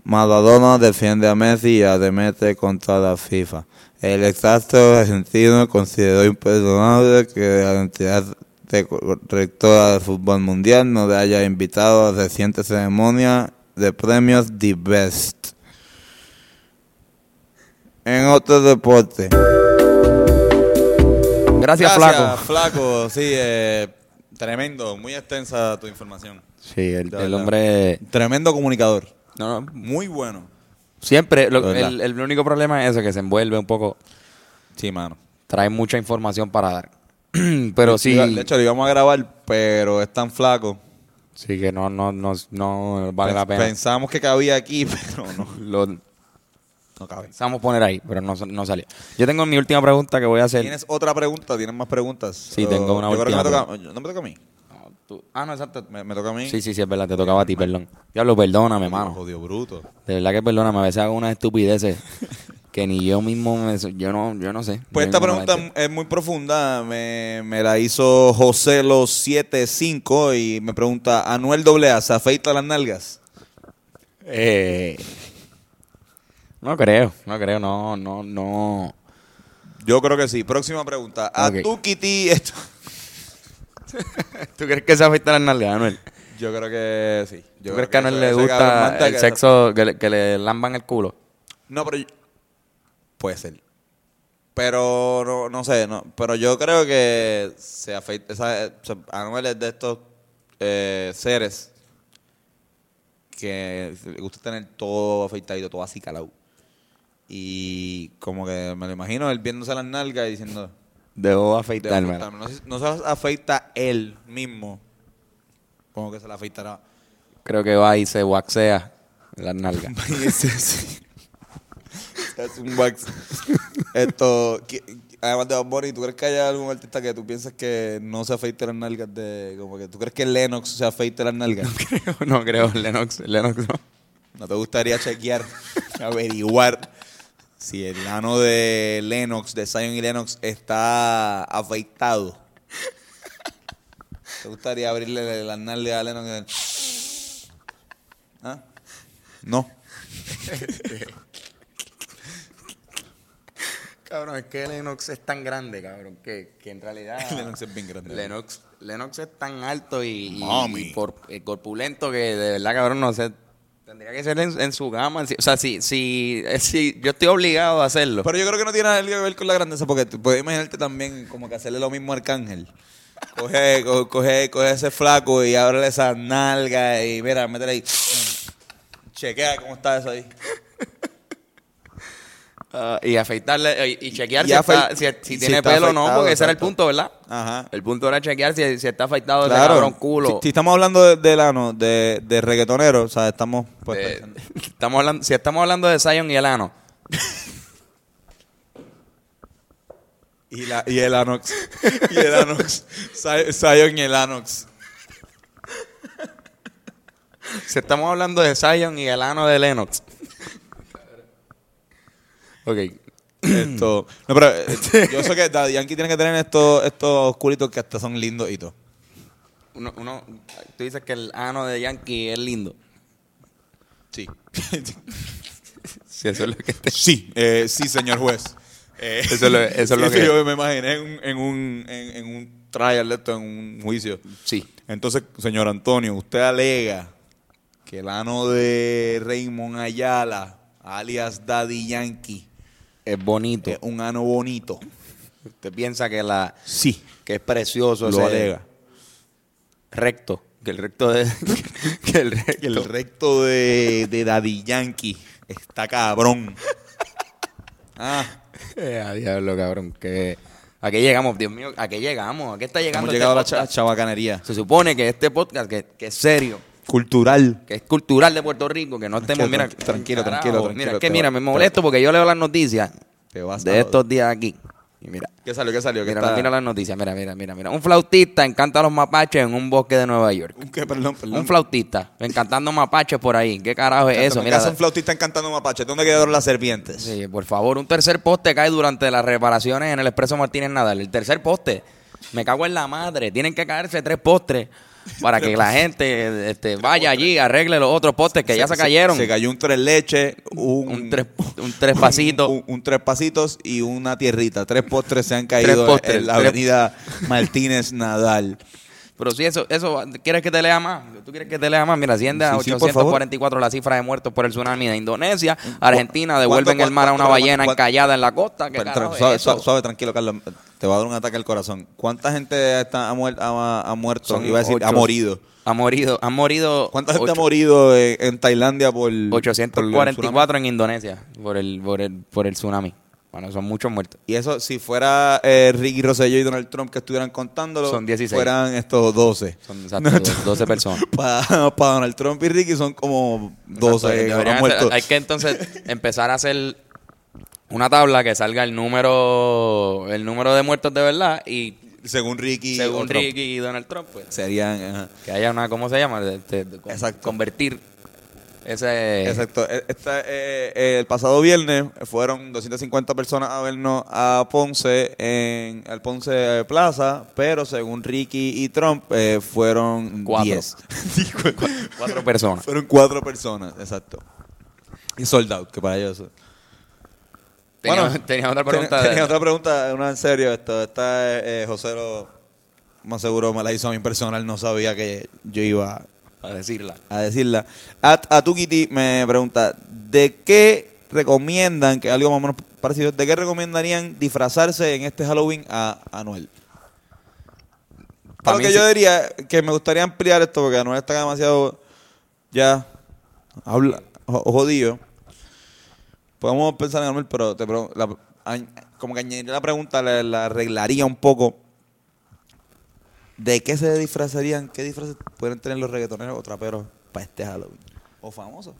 B: Maradona defiende a Messi y arremete contra la FIFA. El exastro argentino consideró imperdonable que la entidad de- rectora del fútbol mundial no le haya invitado a la reciente ceremonia de premios The Best. En otro deporte.
A: Gracias, flaco.
B: flaco. Sí, eh, tremendo. Muy extensa tu información.
A: Sí, el,
B: De
A: el
B: verdad.
A: hombre...
B: Tremendo comunicador.
A: No, no,
B: Muy bueno.
A: Siempre, lo-
B: ¿Verdad?
A: el, el único problema es eso, que se envuelve un poco,
B: Sí, mano.
A: trae mucha información para dar. Pero sí,
B: Iba- De hecho, lo íbamos a grabar, pero es tan flaco.
A: sí que no, no, no, no vale
B: Pens-
A: la pena.
B: Pensamos que cabía aquí, pero no,
A: Lo
B: no cabe.
A: pensamos poner ahí, pero no, no salió. Yo tengo mi última pregunta que voy a hacer.
B: ¿Tienes otra pregunta? ¿Tienes más preguntas?
A: Sí,
B: O-
A: tengo una
B: yo creo que me
A: última
B: toca- No me toca a mí.
A: No, tú- Ah, no, exacto.
B: Me, me toca a mí.
A: Sí, sí, sí, es verdad, te tocaba a ti, perdón. Diablo, perdóname,
B: hermano.
A: hermano.
B: Jodido bruto.
A: De verdad que perdóname, a veces hago unas estupideces que ni yo mismo me... Yo no, yo no sé.
B: Pues
A: Yo
B: esta
A: mismo no
B: pregunta
A: la entiendo.
B: es muy profunda. Me, me la hizo José los 75 y me pregunta, Anuel AA, ¿se afeita las nalgas?
A: Eh, no creo, no creo, no, no, no.
B: Yo creo que sí. Próxima pregunta. ¿A
A: Ok.
B: tú, Kitty, esto?
A: ¿Tú crees que se afecta la nalga, Anuel?
B: Yo creo que sí.
A: ¿Tú
B: Yo
A: crees que a Anuel
B: ese-
A: le
B: ese cabrón
A: gusta
B: manta
A: el
B: que-
A: sexo que le, que le lamban el culo?
B: No, pero... yo- Puede ser. Pero no, no sé, no. Pero yo creo que se afeita... esa- eh, se- Anuel es de estos eh, seres que le gusta tener todo afeitadito, todo así calado. Y como que me lo imagino él viéndose las nalgas y diciendo...
A: Debo
B: Debo
A: afeitarme.
B: afeitarme. No, sé- no se las afeita él mismo. Como que se la afeitará.
A: Creo que va y se waxea las nalgas.
B: Ese sí. es un wax. Esto, qui- además de Bad Bunny, ¿tú crees que haya algún artista que tú piensas que no se afeite las nalgas de, como que tú crees que Lennox se afeite las nalgas?
A: creo, no creo, Lennox, Lennox no.
B: ¿No te gustaría chequear, averiguar si el ano de Lennox, de Zion y Lennox, está afeitado? ¿Te gustaría abrirle las nalgas a Lennox? ¿Ah? No.
A: Cabrón, es que Lennox es tan grande, cabrón, que, que en realidad...
B: Lennox es bien grande.
A: Ah. Lennox, Lennox es tan alto y, y-
B: Mami.
A: y por- eh, corpulento que de verdad, cabrón, no sé. Tendría que ser en, en su gama. si- O sea, si, si, eh, si yo estoy obligado a hacerlo.
B: Pero yo creo que no tiene nada que ver con la grandeza, porque tú puedes imaginarte también como que hacerle lo mismo a Arcángel. Coge, co- coge, coge ese flaco y ábrele esas nalgas y mira, métele ahí. Chequea cómo está eso ahí.
A: Ah, y afeitarle eh, y, y chequear
B: Y
A: si,
B: afe-
A: está- si- si
B: si
A: tiene
B: está
A: pelo o no,
B: afeitado,
A: porque ese era el
B: exacto.
A: punto, ¿verdad?
B: Ajá.
A: El punto era chequear si, si está afeitado ese cabrón culo.
B: Si, si estamos hablando de- del ano, de, de reggaetonero, o sea, estamos pues,
A: De-
B: pensando.
A: Eh, estamos hablando, si estamos hablando de Zion y el ano.
B: Y, la, y el Anox. Y el Anox. Sion Zion y el Anox.
A: Si estamos hablando de Zion y el ano de Lennox. ok.
B: Esto. No, pero eh, yo sé que Daddy Yankee tiene que tener estos, estos culitos que hasta son lindos y todo.
A: Uno, uno, tú dices que el ano de Yankee es lindo.
B: Sí.
A: Sí, eso es lo que te...
B: Sí, eh, sí, señor juez. Eh,
A: Eso es lo- eso es
B: sí,
A: lo que-
B: yo me imaginé en un, en un, en- en un trial de esto, en un juicio.
A: Sí.
B: Entonces, señor Antonio, usted alega que el ano de Raymond Ayala, alias Daddy Yankee,
A: Es bonito.
B: es un ano bonito.
A: Usted piensa que la
B: Sí,
A: que es precioso ese
B: lo alega.
A: recto, que el recto de que el recto,
B: El recto de, de Daddy Yankee está cabrón. Ah,
A: Eh, a diablo, cabrón, que a qué llegamos, Dios mío, a qué llegamos, a qué está llegando
B: hemos
A: este
B: llegado a la cha-
A: podcast?
B: chabacanería.
A: Se supone que este podcast que, que es serio,
B: Cultural.
A: que es cultural de Puerto Rico, que no estemos, mira,
B: tranquilo, tranquilo,
A: carajo,
B: tranquilo,
A: Mira, es que
B: te va-
A: mira, me molesto porque yo leo las noticias
B: Te vas a-
A: de estos días aquí. Y mira,
B: ¿Qué salió? ¿Qué salió? ¿Qué
A: Mira,
B: está-
A: mira las noticias, mira, mira, mira, mira. Un flautista encanta a los mapaches en un bosque de Nueva York.
B: Un qué, perdón, perdón.
A: Un flautista encantando mapaches por ahí. ¿Qué carajo es eso?
B: Mm. Me
A: Mira,
B: casa un flautista encantando mapache. ¿Dónde quedaron las serpientes?
A: sí, por favor, un tercer poste cae durante las reparaciones en el Expreso Martínez Nadal. El tercer poste. Me cago en la madre. Tienen que caerse tres postres para que la gente este, vaya allí, arregle los otros postes que ya se cayeron.
B: Se, cayó un tres leche, un,
A: un tres, un tres pasitos.
B: un, un tres pasitos y una tierrita. Tres postres se han caído
A: postres,
B: en la
A: tres-
B: avenida Martínez Nadal.
A: Pero si eso, eso va- ¿quieres que te lea más? ¿Tú quieres que te lea más? Mira, asciende a
B: Sí, sí, por favor.
A: 844 la cifra de muertos por el tsunami de Indonesia. Argentina,
B: ¿Cuánto,
A: devuelven el mar a
B: cuánto,
A: una
B: cuánto,
A: ballena
B: cuánto?
A: encallada en la costa. ¿Qué
B: Pero,
A: carajo
B: suave,
A: es eso?
B: suave, suave, tranquilo, Carlos. Te va a dar un ataque al corazón. ¿Cuánta gente está, ha, muerto, ha, ha muerto?
A: Son
B: Iba a decir, ha
A: ocho-
B: morido.
A: Ha morido. Han morido.
B: ¿Cuánta gente
A: ocho-
B: ha morido en, en Tailandia por. por el tsunami?
A: 844 en Indonesia por el, por el, por el tsunami. Bueno, son muchos muertos.
B: Y eso, si fuera eh, Ricky Rosselló y Donald Trump que estuvieran contándolo,
A: Son 16.
B: fueran estos 12.
A: Son exacto, 12 personas.
B: Para Donald Trump y Ricky son como 12 que
A: Deberían
B: habrán
A: hacer-
B: muerto.
A: hay que entonces empezar a hacer una tabla que salga el número el número de muertos de verdad y
B: Según Ricky. o
A: según
B: Trump.
A: Ricky y Donald Trump, pues,
B: Serían. ajá.
A: que haya una, ¿cómo se llama? De- de- de- con-
B: Exacto.
A: Convertir ese...
B: Exacto. Eh, esta, eh, eh, el pasado viernes fueron 250 personas a vernos a Ponce, en el Ponce Plaza, pero según Ricky y Trump, eh, fueron
A: Cuatro.
B: 10. Digo,
A: Cuatro personas.
B: fueron cuatro personas, exacto. Y sold out, que para ellos.
A: Tenía,
B: Bueno,
A: tenía otra
B: ten-
A: pregunta. de-
B: tenía otra pregunta, una en serio. Esto está eh, eh, José, lo, más seguro me la hizo a mí personal, no sabía que yo iba
A: A decirla.
B: a decirla. At Atukiti me pregunta, ¿de qué recomiendan, que algo más o menos parecido, ¿de qué recomendarían disfrazarse en este Halloween a Anuel?
A: Pa'
B: Para
A: mí
B: que
A: sí.
B: yo diría que me gustaría ampliar esto porque Anuel está demasiado ya habla, jo- jodido. Podemos pensar en Anuel, pero te pregun- la- añ- como que añadiría la pregunta, la, la arreglaría un poco. ¿De qué se disfrazarían? ¿Qué disfraces pueden tener los reggaetoneros o traperos para este Halloween? O famosos.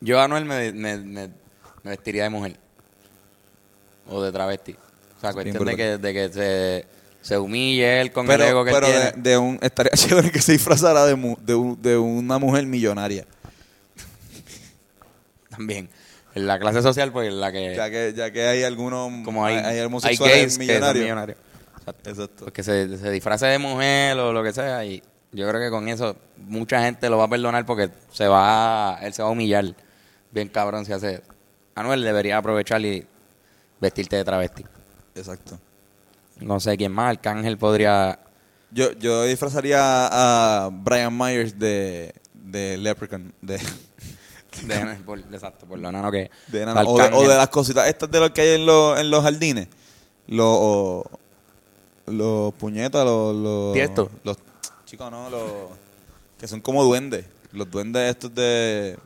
A: Yo a Anuel me, me, me- me vestiría de mujer. O de travesti. O sea,
B: Bien
A: cuestión de que,
B: brutal.
A: de que se, se humille él con
B: Pero,
A: el ego que él
B: pero de,
A: tiene.
B: de un, estaría chévere que se disfrazara de, mu- de, un- de una mujer millonaria.
A: También. En la clase social, pues la que...
B: Ya que, ya que hay algunos
A: como hay, hay,
B: homosexuales
A: gays que son
B: millonarios.
A: millonarios.
B: Exacto.
A: Pues que se, se disfrace de mujer o lo que sea. Y yo creo que con eso mucha gente lo va a perdonar porque se va a- él se va a humillar. Bien cabrón si hace. Anuel debería aprovechar y vestirte de travesti.
B: Exacto.
A: No sé quién más, Arcángel podría.
B: Yo, yo disfrazaría a a Brian Myers de, de Leprechaun, de,
A: de- por- exacto, por lo nano que.
B: de enano, o, de, o de las cositas estas de lo que hay en, los en los jardines. Los o- los puñetas, los, los
A: Tiesto.
B: los chicos no, los que son como duendes, los duendes estos de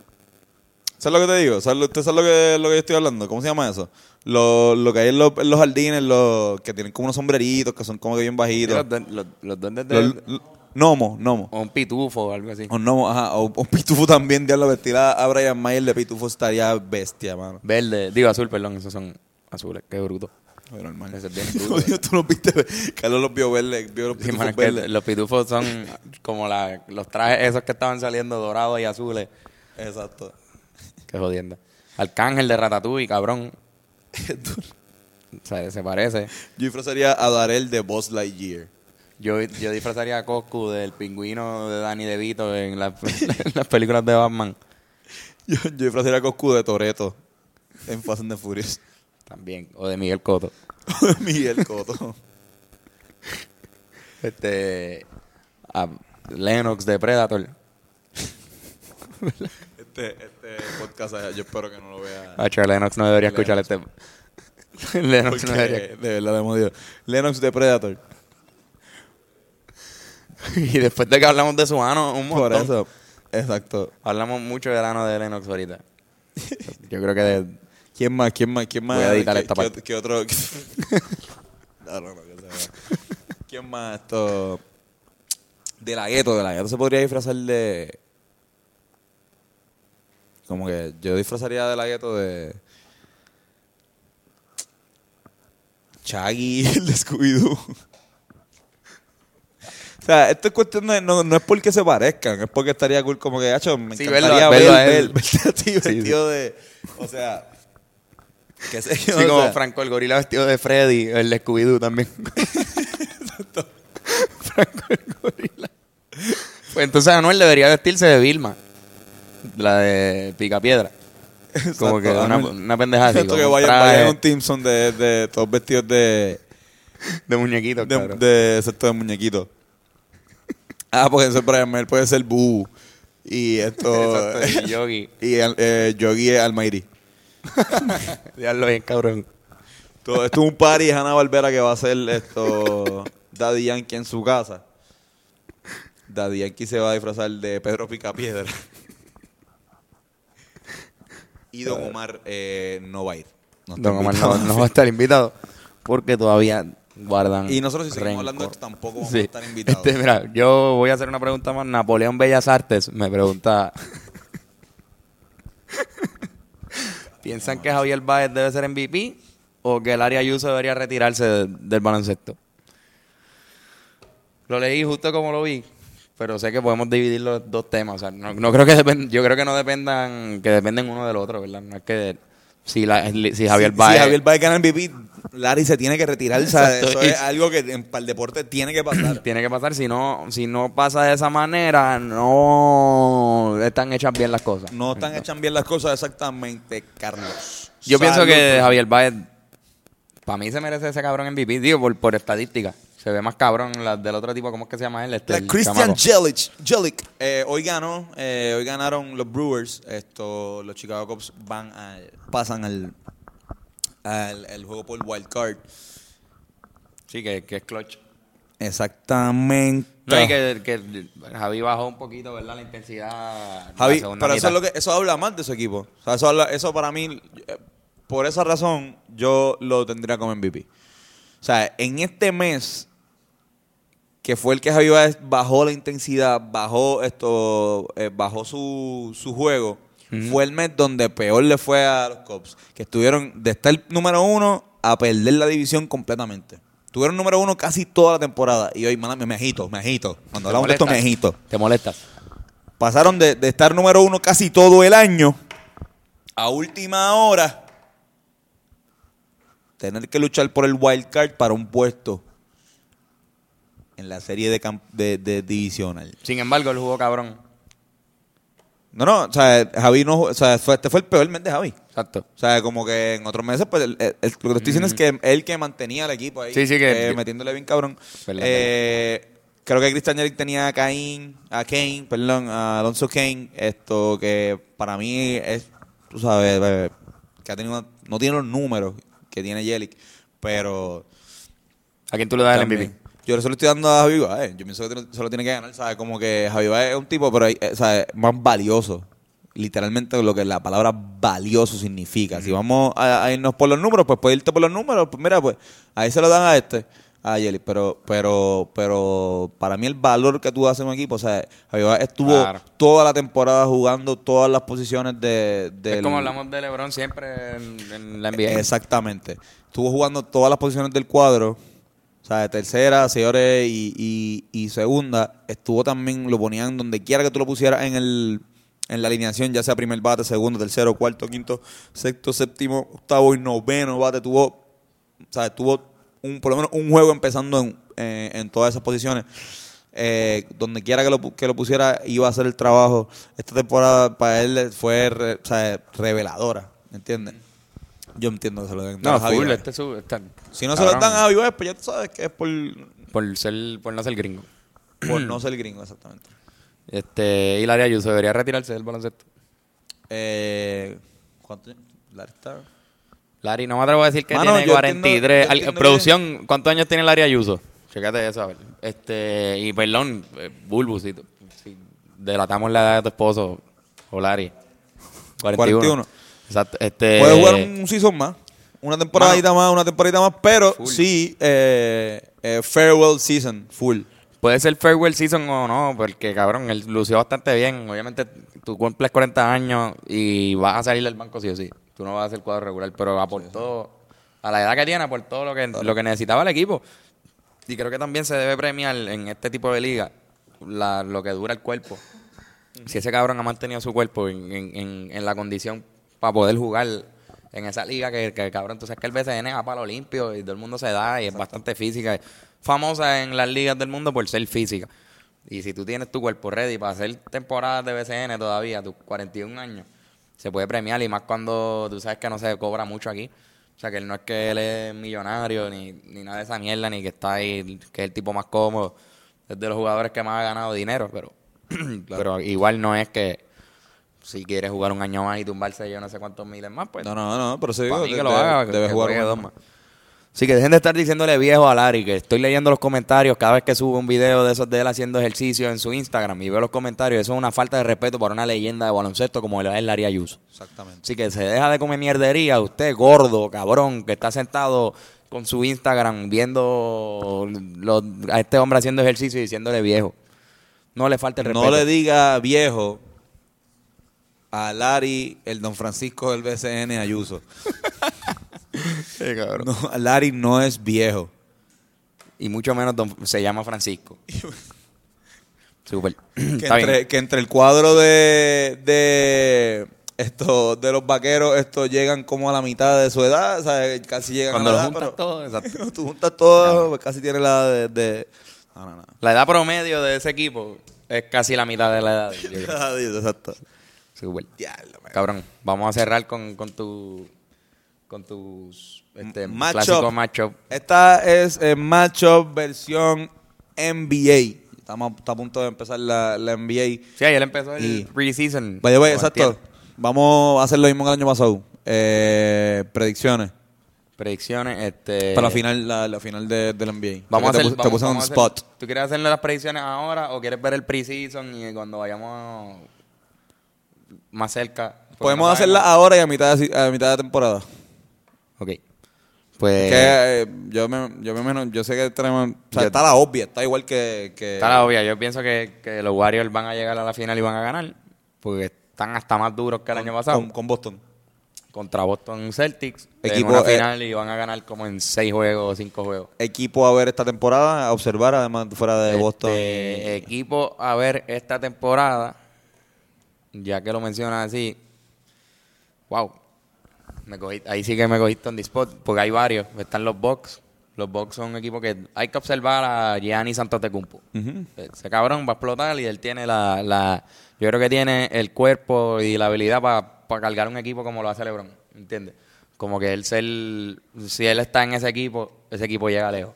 B: ¿Sabes lo que te digo? ¿Sabes lo, ¿Usted sabe lo que, lo que yo estoy hablando? ¿Cómo se llama eso? Lo, lo que hay en los, en los jardines, los que tienen como unos sombreritos que son como que bien bajitos.
A: Los, duen- los, los duendes de.
B: Los- los- gnomos, gnomos.
A: o un pitufo o algo así.
B: O no, ajá, o, o Pitufo también, diablo, vestir a, a Brian Mayer de Pitufo estaría bestia, mano.
A: Verde, digo azul, perdón, esos son azules, qué bruto.
B: Bueno, hermano.
A: Ese es bien
B: No,
A: duro,
B: Dios, tú los viste, Carlos los vio verle, vio los
A: Sí,
B: Pitufos
A: man, es que
B: verdes.
A: los pitufos son como la- los trajes esos que estaban saliendo dorados y azules.
B: Exacto.
A: Qué jodienda. Arcángel de Ratatouille, cabrón. O sea, se parece.
B: Yo disfrazaría a Darel de Boss Lightyear.
A: Yo, yo disfrazaría a Coscu del pingüino de Danny DeVito en, la- en las películas de Batman.
B: Yo, yo disfrazaría a Coscu de Toreto en Fast and the Furious.
A: También. O de Miguel Cotto.
B: Miguel Coto.
A: Este. A Lennox de Predator.
B: Este, este podcast, yo espero que no lo vea.
A: Ah, che, Lennox no debería escuchar este. Lennox
B: Porque,
A: no debería.
B: de verdad, hemos Dios. Lennox de Predator.
A: Y después de que hablamos de su mano, un montón.
B: Por eso. Exacto.
A: Hablamos mucho del ano de Lennox ahorita. Yo creo que de-
B: ¿Quién más? ¿Quién más? ¿Quién más?
A: Voy a editar
B: ¿Qué-
A: esta
B: qué
A: parte.
B: ot- qué otro? no, no, no, que se vea. ¿Quién más? Esto. De la gueto, de la gueto se podría disfrazar de. Como que yo disfrazaría de la gueto de. Chaggy, el de Scooby-Doo. O sea, esto es cuestión de. No, no es porque se parezcan, es porque estaría cool como que, hecho, me
A: Sí,
B: encantaría
A: verlo- verlo a
B: ver,
A: él.
B: ver- verte a ti
A: Sí, sí.
B: vestido de. O sea. Que sé yo,
A: Sí,
B: o
A: como
B: sea,
A: Franco el gorila vestido de Freddy, el de Scooby-Doo también. Franco el gorila. Pues entonces Anuel debería vestirse de Vilma, la de Picapiedra. Como
B: exacto,
A: que una,
B: Anuel.
A: una pendeja así.
B: Exacto,
A: como
B: que
A: un
B: vayan,
A: traje
B: vayan a un Timson de, de todos vestidos de.
A: de muñequito,
B: De,
A: cabrón.
B: de, exacto, de muñequito. Ah, porque eso es Brian Mayer, puede ser Boo. Y esto.
A: Exacto, y Yogi.
B: y al- eh, Yogi es Almighty.
A: Diablo bien, cabrón.
B: Todo, esto es un party de Hanna Barbera que va a hacer esto Daddy Yankee en su casa. Daddy Yankee se va a disfrazar de Pedro Picapiedra. Y Don Omar eh, no va a ir. No está
A: Don Omar no,
B: invitado.
A: no va a estar invitado porque todavía guardan.
B: Y nosotros si seguimos hablando de
A: rencor.
B: esto tampoco vamos
A: Sí.
B: a estar invitados.
A: Este, mira, yo voy a hacer una pregunta más. Napoleón Bellas Artes me pregunta. ¿Piensan que Javier Báez debe ser MVP o que el área Ayuso debería retirarse de- del baloncesto? Lo leí justo como lo vi, pero sé que podemos dividir los dos temas. O sea, no, no creo que depen- yo creo que no dependan, que dependen uno del otro, ¿verdad? No es que si, la- si Javier
B: si,
A: Báez
B: Si Javier Baez gana el MVP, Larry se tiene que retirar. o sea,
A: Exacto,
B: eso
A: y-
B: es algo que en para el deporte tiene que pasar.
A: tiene que pasar. Si no, si no pasa de esa manera, no están hechas bien las cosas.
B: no están hechas bien las cosas exactamente, Carlos.
A: Yo pienso
B: Salud.
A: que Javier Baez, para mí se merece ese cabrón MVP, digo, por, por estadística. Se ve más cabrón la del otro tipo, ¿cómo es que se llama él? Este,
B: La
A: el
B: Christian
A: chamaco.
B: Jelic, Jelic eh, hoy ganó, eh, hoy ganaron los Brewers, esto, los Chicago Cubs van al, pasan al, al el juego por wild card.
A: Sí, que, que es clutch.
B: Ah. Exactamente.
A: No, y que, que Javi bajó un poquito, ¿verdad? La intensidad. en la
B: Javi,
A: segunda
B: pero eso,
A: mitad.
B: es lo que, eso habla más de su equipo. O sea, eso, habla- eso para mí, eh, por esa razón, yo lo tendría como MVP. O sea, en este mes, que fue el que Javi Baez bajó la intensidad, bajó esto, eh, bajó su, su juego, fue el mes donde peor le fue a los Cubs, que estuvieron de estar número uno a perder la división completamente. Estuvieron número uno casi toda la temporada. Y hoy, mano, me agito, me agito. Cuando hablamos de esto, me
A: molestas.
B: agito.
A: Te molestas.
B: Pasaron de, de estar número uno casi todo el año a última hora tener que luchar por el wild card para un puesto en la serie de, camp- de- de divisional.
A: Sin embargo, él jugó cabrón.
B: No, no, o sea, Javi no, o sea, fue- este fue el peor mes de Javi.
A: Exacto.
B: O sea, como que en otros meses, pues, el- el- el- lo que te estoy diciendo es que él que mantenía el equipo ahí.
A: Sí, sí, que-
B: eh, metiéndole bien cabrón.
A: Verdad,
B: Eh, creo que Christian Yelich tenía a Cain, a Kane, perdón, a Alonso Kane. Esto que para mí es, tú sabes, eh, que ha tenido, no tiene los números que tiene Yelich, pero...
A: ¿A quién tú le das
B: También.
A: el MVP?
B: Yo se lo estoy dando a Javi Baez. Yo pienso que tiene- se lo tiene que ganar, ¿sabes? Como que Javi Baez es un tipo, pero eh, ¿sabes? más valioso. Literalmente lo que la palabra valioso significa. Si vamos a, a irnos por los números, pues puede irte por los números. Pues mira, pues ahí se lo dan a este, a Yeli. Pero, pero, pero para mí el valor que tú haces en un equipo, o sea, Javi Baez estuvo
A: Claro.
B: toda la temporada jugando todas las posiciones de... del-
A: Es como hablamos de LeBron siempre en, en la NBA.
B: Exactamente. Estuvo jugando todas las posiciones del cuadro. O sea, de tercera, señores, y, y- y segunda. Estuvo también, lo ponían donde quiera que tú lo pusieras en el en la alineación, ya sea primer bate, segundo, tercero, cuarto, quinto, sexto, séptimo, octavo y noveno bate. Tuvo, o sea, tuvo un, por lo menos un juego empezando en, eh, en todas esas posiciones. Eh, donde quiera que lo, pu- que lo pusiera, iba a hacer el trabajo. Esta temporada para él fue re- o sea, reveladora, ¿entiendes? Yo entiendo que se lo den.
A: No,
B: a Javi
A: full,
B: Baez.
A: este sub, está-
B: Si no se lo
A: cabrón.
B: dan a Javi Baez, pues ya tú sabes que es por,
A: Por, ser, por no ser gringo.
B: por no ser gringo, exactamente.
A: Este, Hilaria Ayuso debería retirarse del baloncesto.
B: Eh, ¿Cuánto? ¿La está?
A: Larry, no me atrevo a decir que
B: Mano,
A: tiene
B: yo
A: 43.
B: entiendo- yo
A: Al-
B: entiendo
A: producción, ¿cuántos años tiene Larry Ayuso? Chécate eso, a ver. Este, y perdón, eh, Bulbus, si, si delatamos la edad de tu esposo, o Larry. 41.
B: 41.
A: Exacto. Este,
B: Puede jugar un season más, una temporadita más, una temporadita más, pero sí, eh, eh, farewell season, full.
A: Puede ser farewell season o no, porque cabrón, él lució bastante bien. Obviamente, tú cumples 40 años y vas a salir del banco sí o sí. Tú no vas a ser cuadro regular, pero aportó, a la edad que tiene, aportó lo que, lo que necesitaba el equipo. Y creo que también se debe premiar en este tipo de liga la- lo que dura el cuerpo. Si ese cabrón ha mantenido su cuerpo en, en- en- en la condición para poder jugar en esa liga que, que, cabrón, tú sabes que el BCN es a palo limpio y todo el mundo se da y es bastante física. Es famosa en las ligas del mundo por ser física. Y si tú tienes tu cuerpo ready para hacer temporadas de BCN todavía, a tus 41 años, se puede premiar y más cuando tú sabes que no se cobra mucho aquí. O sea, que él no es que él es millonario ni, ni nada de esa mierda, ni que está ahí, que es el tipo más cómodo. Es de los jugadores que más ha ganado dinero, pero, pero igual no es que si quiere jugar un año más y tumbarse yo no sé cuántos miles más, pues
B: No, no, no, pero se
A: para
B: digo,
A: mí que
B: de-
A: lo
B: de-
A: haga, que-
B: debe
A: que
B: jugar
A: juegue
B: un-
A: dos más. Así que dejen de estar diciéndole viejo a Larry, que estoy leyendo los comentarios cada vez que sube un video de esos de él haciendo ejercicio en su Instagram y veo los comentarios. Eso es una falta de respeto para una leyenda de baloncesto como lo es Larry Ayuso.
B: Exactamente.
A: Así que se deja de comer mierdería, usted gordo, cabrón, que está sentado con su Instagram viendo los- a este hombre haciendo ejercicio y diciéndole viejo. No le falta el respeto.
B: No le diga viejo a Larry, el don Francisco del BCN Ayuso. No, Larry no es viejo.
A: Y mucho menos don- se llama Francisco. Super.
B: Que,
A: Está bien.
B: entre, que entre el cuadro de, de, esto, de los vaqueros, estos llegan como a la mitad de su edad, o sea, casi llegan
A: Cuando
B: a
A: lo
B: la edad,
A: juntas
B: pero-
A: todo, exacto.
B: Tú juntas todo, pues, casi tiene la edad de... de- no, no, no.
A: La edad promedio de ese equipo es casi la mitad de la edad. yo creo.
B: Exacto.
A: Super.
B: Diablo, man.
A: Cabrón, vamos a cerrar con, con tu con tus este,
B: Matchup.
A: clásico matchup.
B: Esta es eh, matchup versión NBA. Estamos está a punto de empezar la, la NBA.
A: Sí, ayer empezó el
B: Y-
A: preseason.
B: Vaya, vaya,
A: O
B: exacto.
A: antier.
B: Vamos a hacer lo mismo que el año pasado. Eh, predicciones
A: Predicciones, este
B: para la final, la, la final de, del NBA.
A: Vamos a
B: Te
A: hacer
B: puse- te
A: vamos-
B: puse en un
A: vamos a hacer-
B: spot.
A: ¿Tú quieres hacerle las predicciones ahora o quieres ver el preseason y cuando vayamos más cerca? porque
B: Podemos
A: no
B: hacerla
A: sabemos?
B: ahora y a mitad de, si- a mitad de temporada.
A: Ok. Pues
B: que eh, yo me, yo me imagino- yo sé que tenemos, o sea,
A: Yo-
B: está la obvia, está igual que, que
A: Está la obvia. Yo pienso que, que los Warriors van a llegar a la final y van a ganar. Porque están hasta más duros que el año pasado.
B: con, con Boston.
A: Contra Boston Celtics.
B: Equipo,
A: en una
B: eh,
A: final y van a ganar como en seis juegos o cinco juegos.
B: Equipo a ver esta temporada, a observar además fuera de Boston.
A: Este, equipo a ver esta temporada. Ya que lo mencionas así. Wow. Me cogí- ahí sí que me cogiste on the spot. Porque hay varios. Están los Bucks. Los Bucks son un equipo que hay que observar a Gianni Santatecumpo. Ese cabrón va a explotar y él tiene la, la- Yo creo que tiene el cuerpo y la habilidad para cargar un equipo como lo hace LeBron. ¿Entiendes? Como que él ser... Si él está en ese equipo, ese equipo llega lejos.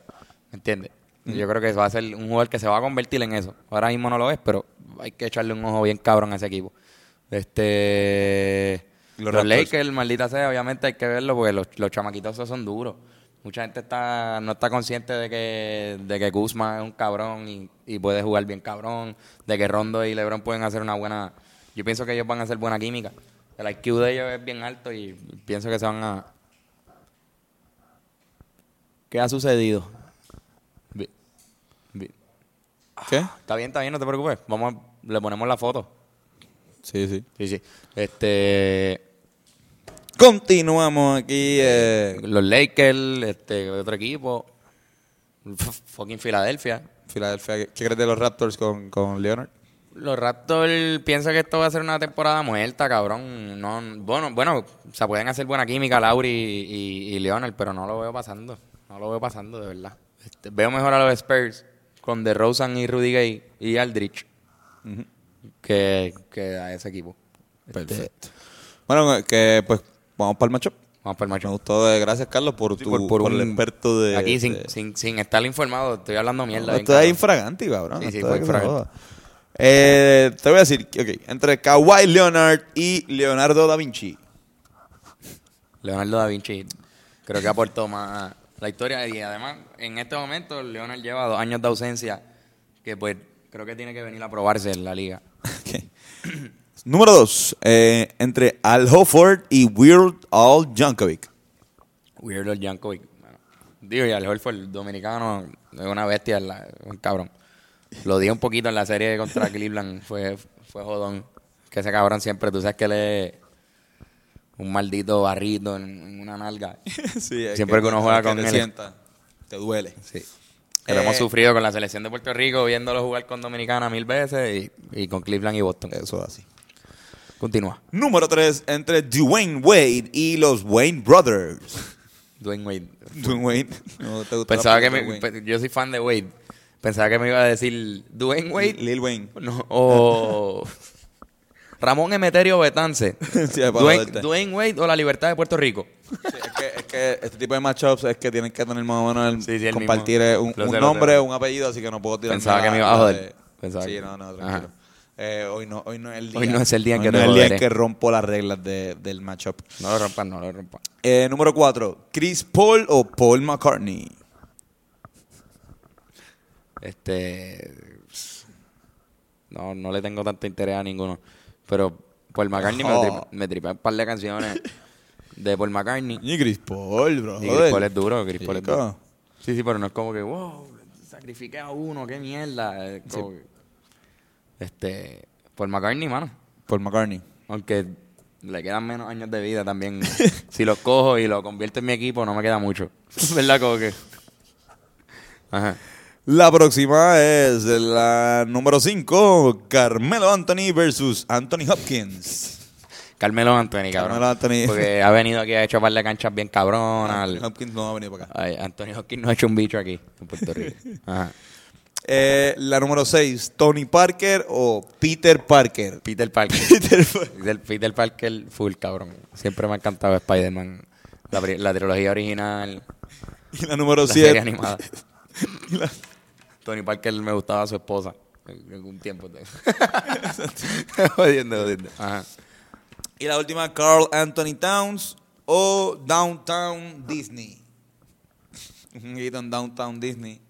A: ¿Entiendes? Yo creo que va a ser un jugador que se va a convertir en eso. Ahora mismo no lo es, pero hay que echarle un ojo bien cabrón a ese equipo. Este...
B: Los
A: Los,
B: Raptors.
A: Lakers, maldita sea, obviamente hay que verlo porque los, los chamaquitos esos son duros. Mucha gente está no está consciente de que, de que Guzmán es un cabrón y, y puede jugar bien cabrón, de que Rondo y LeBron pueden hacer una buena... Yo pienso que ellos van a hacer buena química. El IQ de ellos es bien alto y pienso que se van a... ¿Qué ha sucedido? Vi- vi-
B: ¿Qué?
A: Está bien, está bien, no te preocupes. Vamos, a- le ponemos la foto.
B: Sí, sí.
A: Sí, sí. Este...
B: Continuamos aquí. Eh,
A: Los Lakers, este, otro equipo. F- Fucking Filadelfia.
B: Filadelfia, ¿qué crees de los Raptors con, con Leonard?
A: Los Raptors piensan que esto va a ser una temporada muerta, cabrón. No, bueno, bueno, o sea, pueden hacer buena química Lauri y, y, y Leonard, pero no lo veo pasando. No lo veo pasando, de verdad. Este, veo mejor a los Spurs con DeRozan y Rudy Gay y Aldrich que, que a ese equipo. Este,
B: Perfecto. Bueno, que pues vamos para el matchup.
A: vamos por el
B: Me
A: macho.
B: gustó, eh, gracias Carlos por
A: Sí,
B: tu,
A: por-
B: por,
A: por un-
B: el experto de.
A: Aquí sin,
B: de-
A: sin, sin estar informado, estoy hablando mierda.
B: No,
A: bien
B: esto es
A: cabrón.
B: infragante, cabrón.
A: Sí, sí,
B: esto
A: fue
B: es que se
A: infragante.
B: joda. Eh, te voy a decir, que, ok, entre Kawhi Leonard y Leonardo da Vinci.
A: Leonardo da Vinci creo que aportó más a la historia y además en este momento Leonardo lleva dos años de ausencia que pues creo que tiene que venir a probarse en la liga.
B: Ok. Número dos, eh, entre Al Hofford y Weird Al Jankovic.
A: Weirdo Jankovic. Bueno, digo, y Al Horford, el dominicano, es una bestia, en la- un cabrón. Lo di un poquito en la serie contra Cleveland, fue, fue jodón. Que ese cabrón siempre, tú sabes que le un maldito barrito en, en una nalga.
B: Sí, es
A: Siempre que uno juega con
B: te
A: él.
B: sienta, te duele.
A: Sí. Que lo
B: Eh,
A: hemos sufrido con la selección de Puerto Rico, viéndolo jugar con Dominicana mil veces y, y con Cleveland y Boston.
B: Eso es así.
A: Continúa.
B: Número 3, entre Dwayne Wade y los Wayne Brothers.
A: Dwayne Wade.
B: Dwayne Wade. No te gusta
A: Pensaba
B: la
A: que
B: palabra
A: me-
B: Wayne.
A: pe- yo soy fan de Wade. Pensaba que me iba a decir Dwayne Wade
B: Lil Wayne.
A: no, o Ramón Emeterio Betance.
B: Sí, para
A: Dwayne,
B: darte.
A: este. Dwayne Wade o la libertad de Puerto Rico.
B: Sí, es que, es que que este tipo de matchups es que tienen que tener más o menos el,
A: Sí, sí, el
B: compartir eh,
A: mismo.
B: un,
A: Lo
B: un
A: sé, lo
B: nombre,
A: sé.
B: un apellido, así que no puedo tirar
A: Pensaba
B: nada
A: que me ibas a
B: de-
A: joder. Pensaba
B: sí,
A: que-
B: no, no,
A: Ajá.
B: tranquilo. Eh, hoy, no, hoy no es el día.
A: Hoy no es el día en
B: Hoy
A: que
B: no
A: te
B: es el día en
A: joderé.
B: que rompo las reglas de- del matchup.
A: No lo rompan, no lo rompan.
B: Eh, número 4, Chris Paul o Paul McCartney.
A: Este. No, no le tengo tanto interés a ninguno. Pero Paul McCartney me,
B: Ajá.
A: tripe- me tripea un par de canciones de Paul McCartney.
B: Y Chris Paul, bro.
A: Y Chris Paul es duro, Chris Paul es
B: Chico.
A: duro. Sí, sí, pero no es como que, wow, sacrifiqué a uno, qué mierda. Es como que- este, Paul McCartney, mano.
B: Paul McCartney.
A: Aunque le quedan menos años de vida también. si los cojo y lo convierto en mi equipo, no me queda mucho. ¿Verdad? Como que. Ajá.
B: La próxima es la número 5, Carmelo Anthony versus Anthony Hopkins.
A: Carmelo Anthony, cabrón.
B: Carmelo Anthony.
A: Porque ha venido aquí, ha hecho un par de canchas bien cabronas.
B: Anthony Hopkins no va a venir para acá.
A: Ay, Anthony Hopkins no ha hecho un bicho aquí, en Puerto Rico. Ajá.
B: Eh, la número 6, Tony Parker o Peter Parker.
A: Peter Parker.
B: Peter Parker.
A: Del Peter Parker full, cabrón. Siempre me ha encantado Spider-Man. La, pri- la trilogía original,
B: Y la número
A: la serie
B: 7.
A: animada. Tony Parker me gustaba su esposa. En algún tiempo. jodiendo, jodiendo. Ajá.
B: Y la última, Carl Anthony Towns o Downtown Disney. Un guito en Downtown Disney.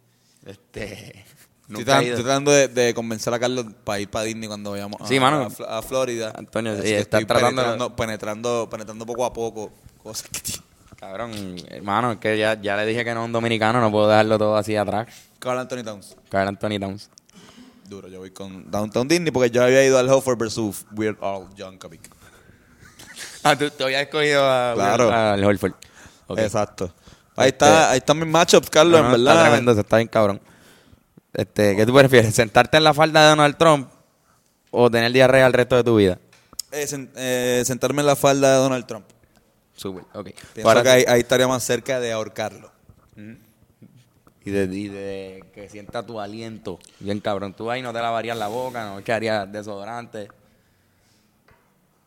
A: Este.
B: Estoy,
A: nunca he
B: tra-
A: ido.
B: estoy tratando de, de convencer a Carlos para ir para Disney cuando vayamos a-
A: Sí, mano.
B: a, Fl- a Florida.
A: Antonio,
B: Así
A: sí,
B: que
A: estás
B: estoy
A: tratando-
B: penetrando, penetrando, penetrando poco a poco cosas que tiene.
A: Cabrón, hermano, es que ya, ya le dije que no es un dominicano, no puedo dejarlo todo así atrás.
B: Carl Anthony Towns.
A: Cabrón, Anthony Towns.
B: Duro, yo voy con Downtown Disney porque yo había ido al Hofer versus Weird Al Yankovic.
A: Ah, tú, tú habías escogido a,
B: Claro.
A: al Holford. Ah, Ok. Este-
B: Exacto. Ahí, está, ahí están mis matchups, Carlos,
A: No, no,
B: en
A: Está
B: verdad.
A: tremendo, eso está bien cabrón. Este, ¿Qué tú prefieres? ¿Sentarte en la falda de Donald Trump o tener diarrea el resto de tu vida?
B: Eh, sen- eh, sentarme en la falda de Donald Trump.
A: Súper, ok.
B: Pienso
A: Para-
B: que ahí, ahí estaría más cerca de ahorcarlo.
A: Y, de, y de que sienta tu aliento. Bien cabrón, tú ahí no te lavarías la boca, no te harías desodorante.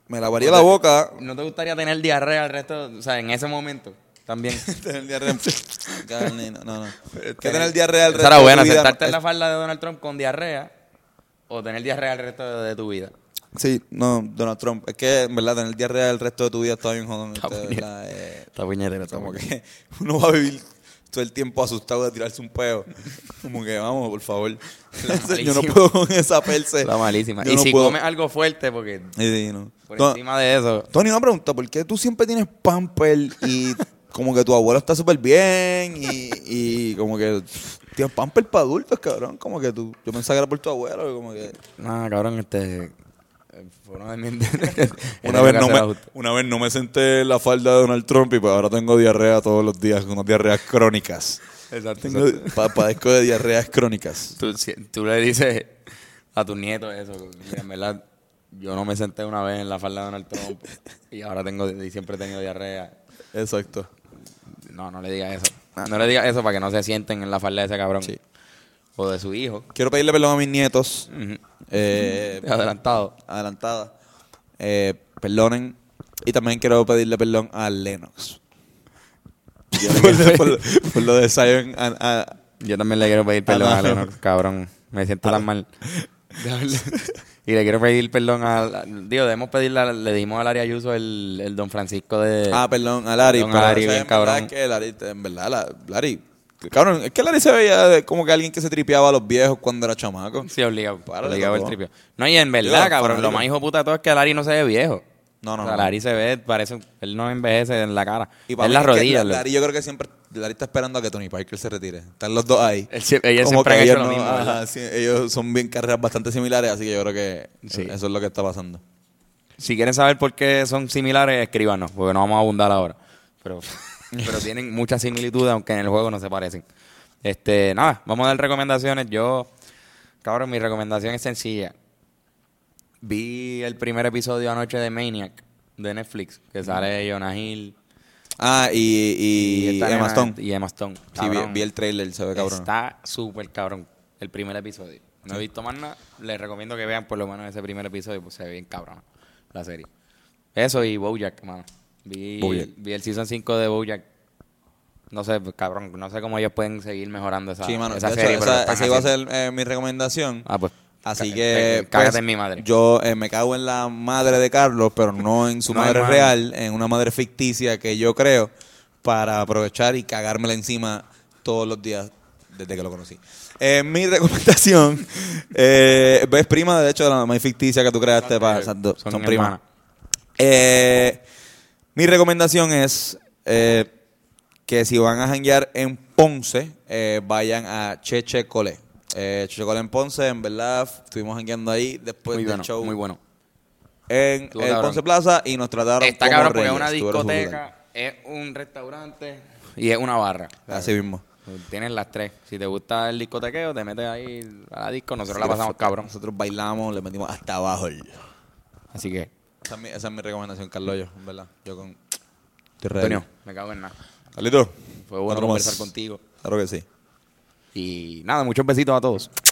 B: Me lavaría la boca.
A: ¿No te gustaría tener diarrea el resto, o sea, en ese momento también?
B: tener diarrea. Carne, no, no. no. Que
A: Tener-
B: tener diarrea el
A: Este Esa
B: resto
A: era
B: de tu
A: buena,
B: vida.
A: sentarte en la falda de Donald Trump con diarrea o tener diarrea el resto de, de tu vida.
B: Sí, no, Donald Trump. Es que, en verdad, tener diarrea el resto de tu vida está bien jodón.
A: Está
B: este,
A: bien.
B: ¿verdad? Eh,
A: Está puñetera,
B: como que uno va a vivir todo el tiempo asustado de tirarse un peo. Como que, vamos, por favor. Yo no
A: malísima.
B: puedo con esa perse.
A: Está malísima.
B: Yo
A: y
B: no
A: si
B: puedo.
A: comes algo fuerte, porque
B: Sí, sí, no.
A: por
B: No,
A: encima de eso.
B: Tony, una pregunta, ¿por qué tú siempre tienes pamper y como que tu abuelo está súper bien y, y como que pff, tienes pamper para adultos, cabrón? Como que tú, yo pensaba que era por tu abuelo, como que...
A: Nada, cabrón, este. eh, Fue una de mis.
B: Una vez,
A: Era
B: no me,
A: justo.
B: una vez no me senté en la falda de Donald Trump y pues ahora tengo diarrea todos los días, unas diarreas crónicas.
A: Exacto.
B: Tengo, pa- padezco de diarreas crónicas.
A: Tú, si- tú le dices a tus nietos eso. mira, en verdad, yo no me senté una vez en la falda de Donald Trump y ahora tengo. Y siempre he tenido diarrea.
B: Exacto.
A: No, no le digas eso. No le digas eso para que no se sienten en la falda de ese cabrón.
B: Ah. Sí.
A: O de su hijo.
B: Quiero pedirle perdón a mis nietos.
A: Ujú.
B: Eh,
A: Adelantado.
B: adelantada. Eh, perdonen. Y también quiero pedirle perdón a Lennox. por, lo, por lo- por lo de Zion. a- a-
A: Yo también le quiero pedir perdón
B: Ah,
A: a
B: no.
A: Lennox, cabrón. Me siento
B: Ah.
A: tan mal. y le quiero pedir perdón a... Digo, debemos pedirle... a- Le dijimos al área Ayuso el, el don Francisco de...
B: ah, perdón, a Larry.
A: Perdón a
B: pero,
A: Larry,
B: o sea,
A: bien
B: en verdad
A: cabrón.
B: que Larry, en verdad, la- Larry. Cabrón, es que Larry se veía de- como que alguien que se tripeaba a los viejos cuando era chamaco.
A: Sí, obligado.
B: Párale,
A: obligado el
B: cabrón.
A: tripio. No, y en verdad,
B: Digo,
A: cabrón, lo
B: fanático.
A: más hijo puta de todo es que Larry no se ve viejo.
B: No, no,
A: O sea,
B: no.
A: Larry se ve, parece... Él no envejece en la cara.
B: Y para
A: en
B: mí
A: las
B: es que
A: rodillas.
B: la-
A: lo-
B: Larry, yo creo que siempre. Larry está esperando a que Tony Parker se retire. Están los dos ahí.
A: Él sie- Eh, ellos
B: Como
A: siempre
B: que
A: han hecho
B: ellos
A: lo
B: no-
A: mismo. ¿verdad?
B: ajá, sí, ellos son bien carreras bastante similares, así que yo creo que
A: Sí.
B: eso es lo que está pasando.
A: Si quieren saber por qué son similares, escríbanos, porque no vamos a abundar ahora. Pero, pero tienen muchas similitudes, aunque en el juego no se parecen. Este, nada, vamos a dar recomendaciones. Yo, cabrón, mi recomendación es sencilla. Vi el primer episodio anoche de Maniac de Netflix, que sale Jonah Hill
B: Ah, Mm. y, y,
A: esta
B: Emma
A: nena-
B: Stone.
A: Y Emma Stone.
B: sí, vi,
A: Cabrón,
B: vi el trailer, se ve cabrón.
A: Está súper cabrón el primer episodio. No he visto más nada. Les recomiendo que vean por lo menos ese primer episodio, pues se ve bien cabrón la serie. Eso y Bojack, mano. Vi,
B: Bojack.
A: vi el season 5 de Bojack. No sé, pues, cabrón, no sé cómo ellos pueden seguir mejorando esa,
B: sí, mano.
A: esa
B: de hecho,
A: serie. pero
B: esa-
A: lo están
B: esa iba a
A: haciendo.
B: ser eh, mi recomendación.
A: Ah, pues.
B: Así
A: cá-
B: que.
A: eh, Cágate
B: pues,
A: en mi madre.
B: Yo eh, me cago en la madre de Carlos, pero no en su
A: No hay
B: madre
A: madre.
B: real, en una madre ficticia que yo creo para aprovechar y cagármela encima todos los días desde que lo conocí. Eh, mi recomendación eh, es prima, de hecho, de la madre ficticia que tú creaste. pa-
A: Eh,
B: exacto,
A: son
B: son,
A: hermanas.
B: primas. Eh, mi recomendación es eh, que si van a janguear en Ponce, eh, vayan a Cheche Cole. Eh, Cheche Cole en Ponce, en verdad, f- estuvimos jangueando ahí después
A: muy
B: pues, del
A: bueno,
B: show
A: muy bueno.
B: en
A: Estuvo
B: el
A: cabrón.
B: Ponce Plaza y nos trataron
A: Está
B: como
A: cabrón porque es
B: reyes.
A: una
B: Estuvieron brutal.
A: discoteca, es un restaurante y es una barra.
B: Así mismo.
A: Tienes las tres. Si te gusta el discotequeo, te metes ahí a la disco. Nosotros la pasamos cabrón.
B: Nosotros bailamos, le metimos hasta abajo. Esa
A: Así que,
B: es mi, esa es mi recomendación, Carlos, yo, en verdad. Yo con... Estoy ready.
A: Antonio, me cago en nada.
B: Carlito.
A: Fue bueno
B: otro más.
A: conversar contigo.
B: Claro que sí.
A: Y nada, muchos besitos a todos.